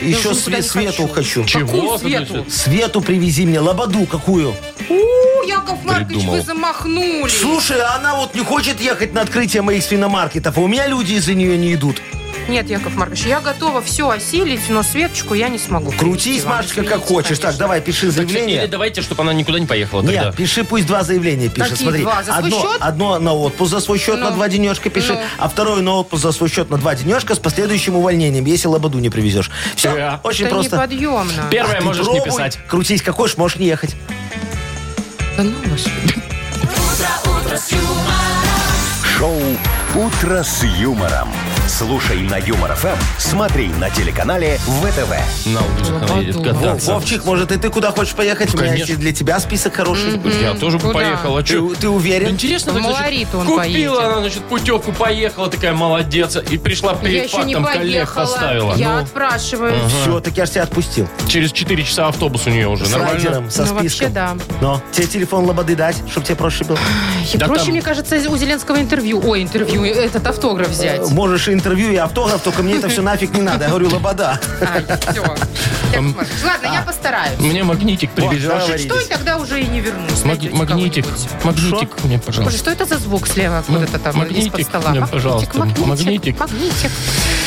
еще
уже никуда
све-
не
Свету хочу.
Чего?
Какую свету?
Свету привези мне, лободу какую.
У, Яков Маркович,
Придумал.
вы замахнули.
Слушай, а она вот не хочет ехать на открытие моих свиномаркетов, а у меня люди из-за нее не идут.
Нет, Яков Маркович, я готова все осилить, но Светочку я не смогу.
Крутись,
Вам,
Машечка, как
извините,
хочешь. Так,
конечно.
давай, пиши
Или
заявление.
давайте, чтобы она никуда не поехала тогда.
Нет, пиши, пусть два заявления пишет.
Какие
Смотри,
два? За свой
одно,
счет?
одно на отпуск за свой счет
Ну.
на два денежка пиши,
Ну.
а второе на отпуск за свой счет на два денежка с последующим увольнением, если лободу не привезешь. Все,
Да.
очень
Это
просто.
неподъемно.
А
Э, а? Первое
ты
можешь не
пробуй,
писать.
Крутись, как хочешь, можешь не ехать.
Да ну вас.
Шоу «Утро с юмором». Слушай на Юмор ФМ, смотри на телеканале ВТВ.
На лыжах она едет кататься.
Вовчик, может, и ты куда хочешь поехать? У меня
Конечно.
есть для тебя список хороший.
Я тоже бы
Куда?
поехал. А чё?
Ты, ты уверен?
Интересно,
В
так, значит,
Малорит он
купила
поедет.
она, значит, путевку, поехала, такая молодец, и пришла
Я
перед
еще не
фактом, коллег
поехала.
оставила.
Я
Ну,
отпрашиваю.
Все, так я же тебя отпустил.
через 4 часа автобус у нее уже,
С
нормально?
райдером, со
Ну, вообще,
списком.
да.
Но тебе телефон лободы дать, чтобы тебе проще было.
Ой,
Да
Проще,
там-
мне кажется, у Зеленского интервью. Ой, интервью, этот автограф взять.
Можешь и интервью, и автограф, только мне это все нафиг не надо. Я говорю, лобода.
Ай, А, всё. Яков Маркович, а, Ладно, я постараюсь.
Мне магнитик прибежал.
Ладно,
Что и тогда уже и не вернусь.
Маг-
Найдете
Магнитик,
кого-нибудь.
магнитик мне,
Боже,
пожалуйста.
что это за звук слева откуда-то там
магнитик
из-под стола?
мне, пожалуйста.
Магнитик,
Магнитик.
магнитик, магнитик.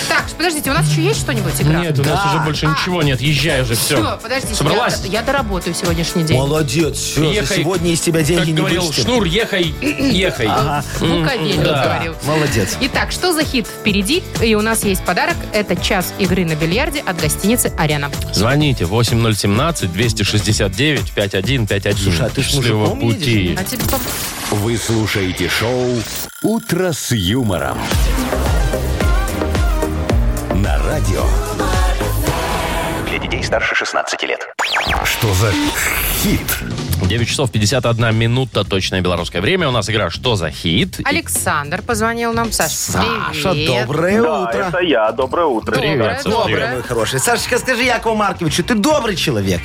Так, подождите, у нас еще есть что-нибудь игра?
Нет, у нас уже больше ничего нет, езжай уже, все.
Все, А. подождите,
Собралась?
Я, я доработаю сегодняшний день.
Молодец, все,
Ехай.
сегодня из тебя деньги
Как
не
говорил
вычтем.
Шнур, ехай, ехай.
Буковельник говорил.
Молодец.
Ну, Итак, что за хит впереди? И у нас есть подарок. Это час игры на бильярде от гостиницы «Арена».
Звоните 8017-269-5151.
Слушай, а ты ж
Счастливого
мужиком
пути.
А тебе
Вы слушаете шоу «Утро с юмором». На радио.
Для детей старше 16 лет.
Что за хит?
9 часов 51 минута, точное белорусское время. У нас игра «Что за хит?»
Александр позвонил нам. Саша,
Саша,
привет.
доброе утро.
А, это я. Доброе утро.
Доброе,
Привет, Саша,
доброе.
привет.
Мой хороший. Сашечка, скажи Якову Марковичу, ты добрый человек.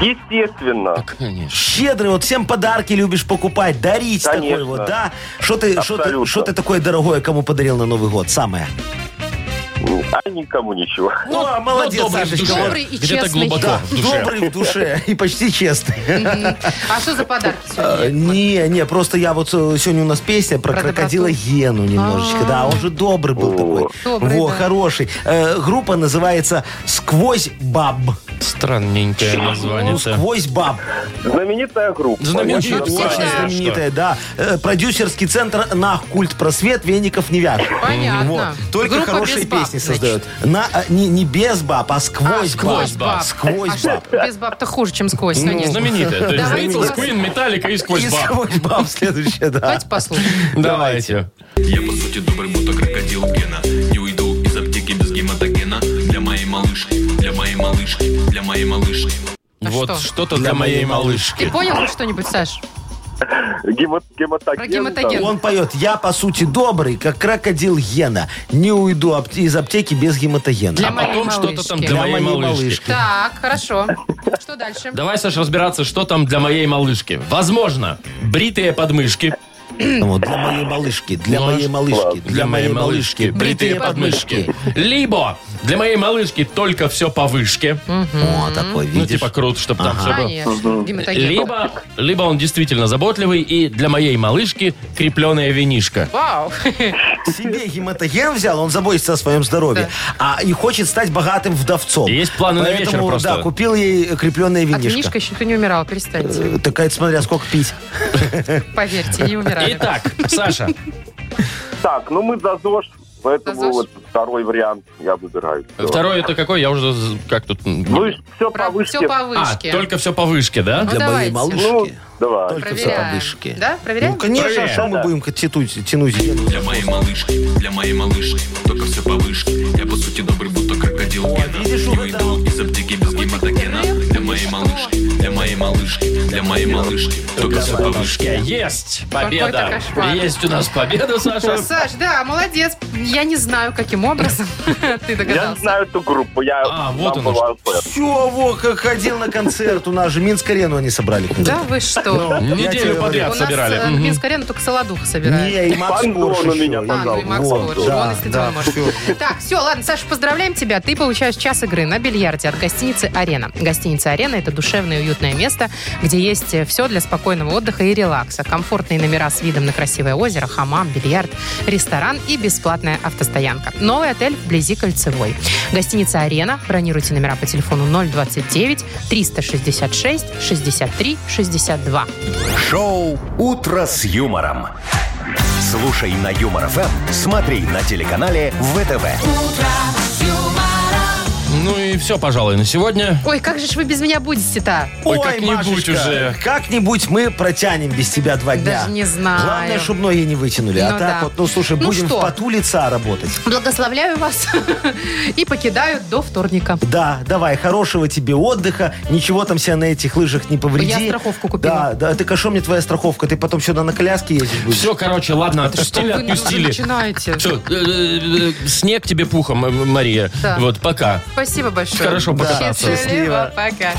Естественно.
Конечно.
Щедрый, вот всем подарки любишь покупать, дарить
Конечно.
такой вот, да? Что ты, что ты,
Абсолютно.
что ты такое дорогое кому подарил на Новый год? Самое.
А никому ничего.
О, молодец,
Ну, добрый в
Сашечка.
душе.
вот.
Добрый и
Где-то
честный.
глубоко
Да,
в душе.
добрый в душе и почти честный.
А что за подарки
Э,
сегодня?
Не, не, просто я вот э, сегодня у нас песня про
Про
крокодила
доброту. А.
Гену немножечко. Да, он же добрый был такой.
Добрый,
Во,
да.
хороший. Э, Группа называется «Сквозь баб».
Странненькое название.
Ну,
«Сквозь баб».
Знаменитая группа.
Знаменитая,
Очень
точно.
Очень
нормальная.
знаменитая, да. Э, Продюсерский центр «Нах Культ Просвет» Веников А, не вяжет.
Понятно.
Вот. Только
Группа
хорошие
без баб,
песни
значит.
создают. На, э, не, не без баб, а сквозь,
А, сквозь баб. А
Сквозь
что,
баб.
без баб-то хуже, чем сквозь,
Ну,
конечно.
знаменитое. То есть
Давайте
Beatles,
пос-
Queen, Metallica и сквозь
И
баб.
сквозь баб следующее, да.
Давайте послушаем.
Давайте.
Я по сути добрый будто крокодил Гена Не уйду из аптеки без гематогена Для моей малышки, для моей малышки, для моей малышки
А
Вот
что?
что-то для моей малышки.
Ты понял хоть что-нибудь, Саш?
Гемо- гемотоген,
Про гемотоген.
да.
ну,
Он поет, я по сути добрый, как крокодил Гена. Не уйду апт- из аптеки без гематогена.
Для
А потом
моей
что-то там
малышки.
для моей малышки.
Так, хорошо. Что дальше?
Давай, Саш, разбираться, что там для моей малышки. Возможно, бритые подмышки,
Вот, для моей малышки, для
Ну,
моей малышки,
для моей малышки, бритые подмышки. Либо для моей малышки только все по вышке.
О, такой,
Ну,
видишь.
типа круто, чтобы там все было.
Конечно, гематоген.
Либо, либо он действительно заботливый, и для моей малышки крепленая винишка.
Вау.
Себе гематоген взял, он заботится о своем здоровье. А и хочет стать богатым вдовцом.
Есть планы на вечер
Поэтому,
просто. А
Да, купил ей крепленное
От винишка
винишко.
еще никто А не умирал, перестаньте.
Э, Такая, смотря сколько пить.
Поверьте, не умирали.
Итак, Саша,
Так, ну мы за ЗОЖ Поэтому вот второй вариант я выбираю. Всё.
Второй это какой? Я уже з- как тут...
Ну, все по вышке.
Все по
А,
вышке.
только все по вышке, да?
Ну, Для моей давайте. малышки
Ну, давай.
Только все
Проверяем.
по вышке.
Да, проверяем?
Ну, конечно,
Проверяем,
что мы
да.
будем тянуть, тянуть?
Для моей малышки, для моей малышки, только все по вышке. Я по сути добрый, будто крокодил Гена. Не уйду из аптеки без гематогена. Для моей малышки, для моей малышки, для моей малышки, только все по вышке.
Есть
Какой-то
победа.
кошмар.
Есть у нас победа, Саша.
Саш, да, молодец. Я не знаю, каким образом ты
Я
догадался.
знаю эту группу. Я
А,
там
вот оно
была ЛП.
Все, во, как ходил на концерт, у нас же Минск-арену они собрали.
Да вы что?
Ну, Неделю
тебе
У
подряд
нас
собирали.
э, в
Мгм.
Минской арене только солодуха собирает.
Не, и Макс
Пандору
Корж
на
еще.
меня,
И-
А, ну и Макс
вот,
Корж,
да,
он, если
да,
твой муж. Так, все, ладно, Саша, поздравляем тебя. Ты получаешь час игры на бильярде от гостиницы «Арена». Гостиница «Арена» — это душевное и уютное место, где есть все для спокойного отдыха и релакса. Комфортные номера с видом на красивое озеро, хамам, бильярд, ресторан и бесплатная автостоянка. Новый отель вблизи Кольцевой. Гостиница «Арена». Бронируйте номера по телефону 029 366 63 62.
Шоу «Утро с юмором». Слушай на Юмор ФМ, смотри на телеканале ВТВ.
Ну и все, пожалуй, на сегодня.
Ой, как же ж вы без меня будете-то?
Ой,
Ой,
как-нибудь
Машечка,
уже.
Как-нибудь мы протянем без тебя два дня.
Даже не знаю.
Главное, чтобы ноги не вытянули. а
Ну
так
да.
вот, ну слушай,
Ну
будем
что?
в поту лица работать.
Благословляю вас и покидаю до вторника.
Да, давай, хорошего тебе отдыха. Ничего там себя на этих лыжах не повреди.
Я страховку купила.
Да, да, ты кашо мне твоя страховка? Ты потом сюда на коляске ездить будешь?
Все, короче, ладно, отпустили,
Вы
отпустили.
начинаете.
Все, э, снег тебе пухом, э, Мария.
Да.
Вот, пока.
Спасибо большое.
Хорошо покататься.
Счастливо. Пока.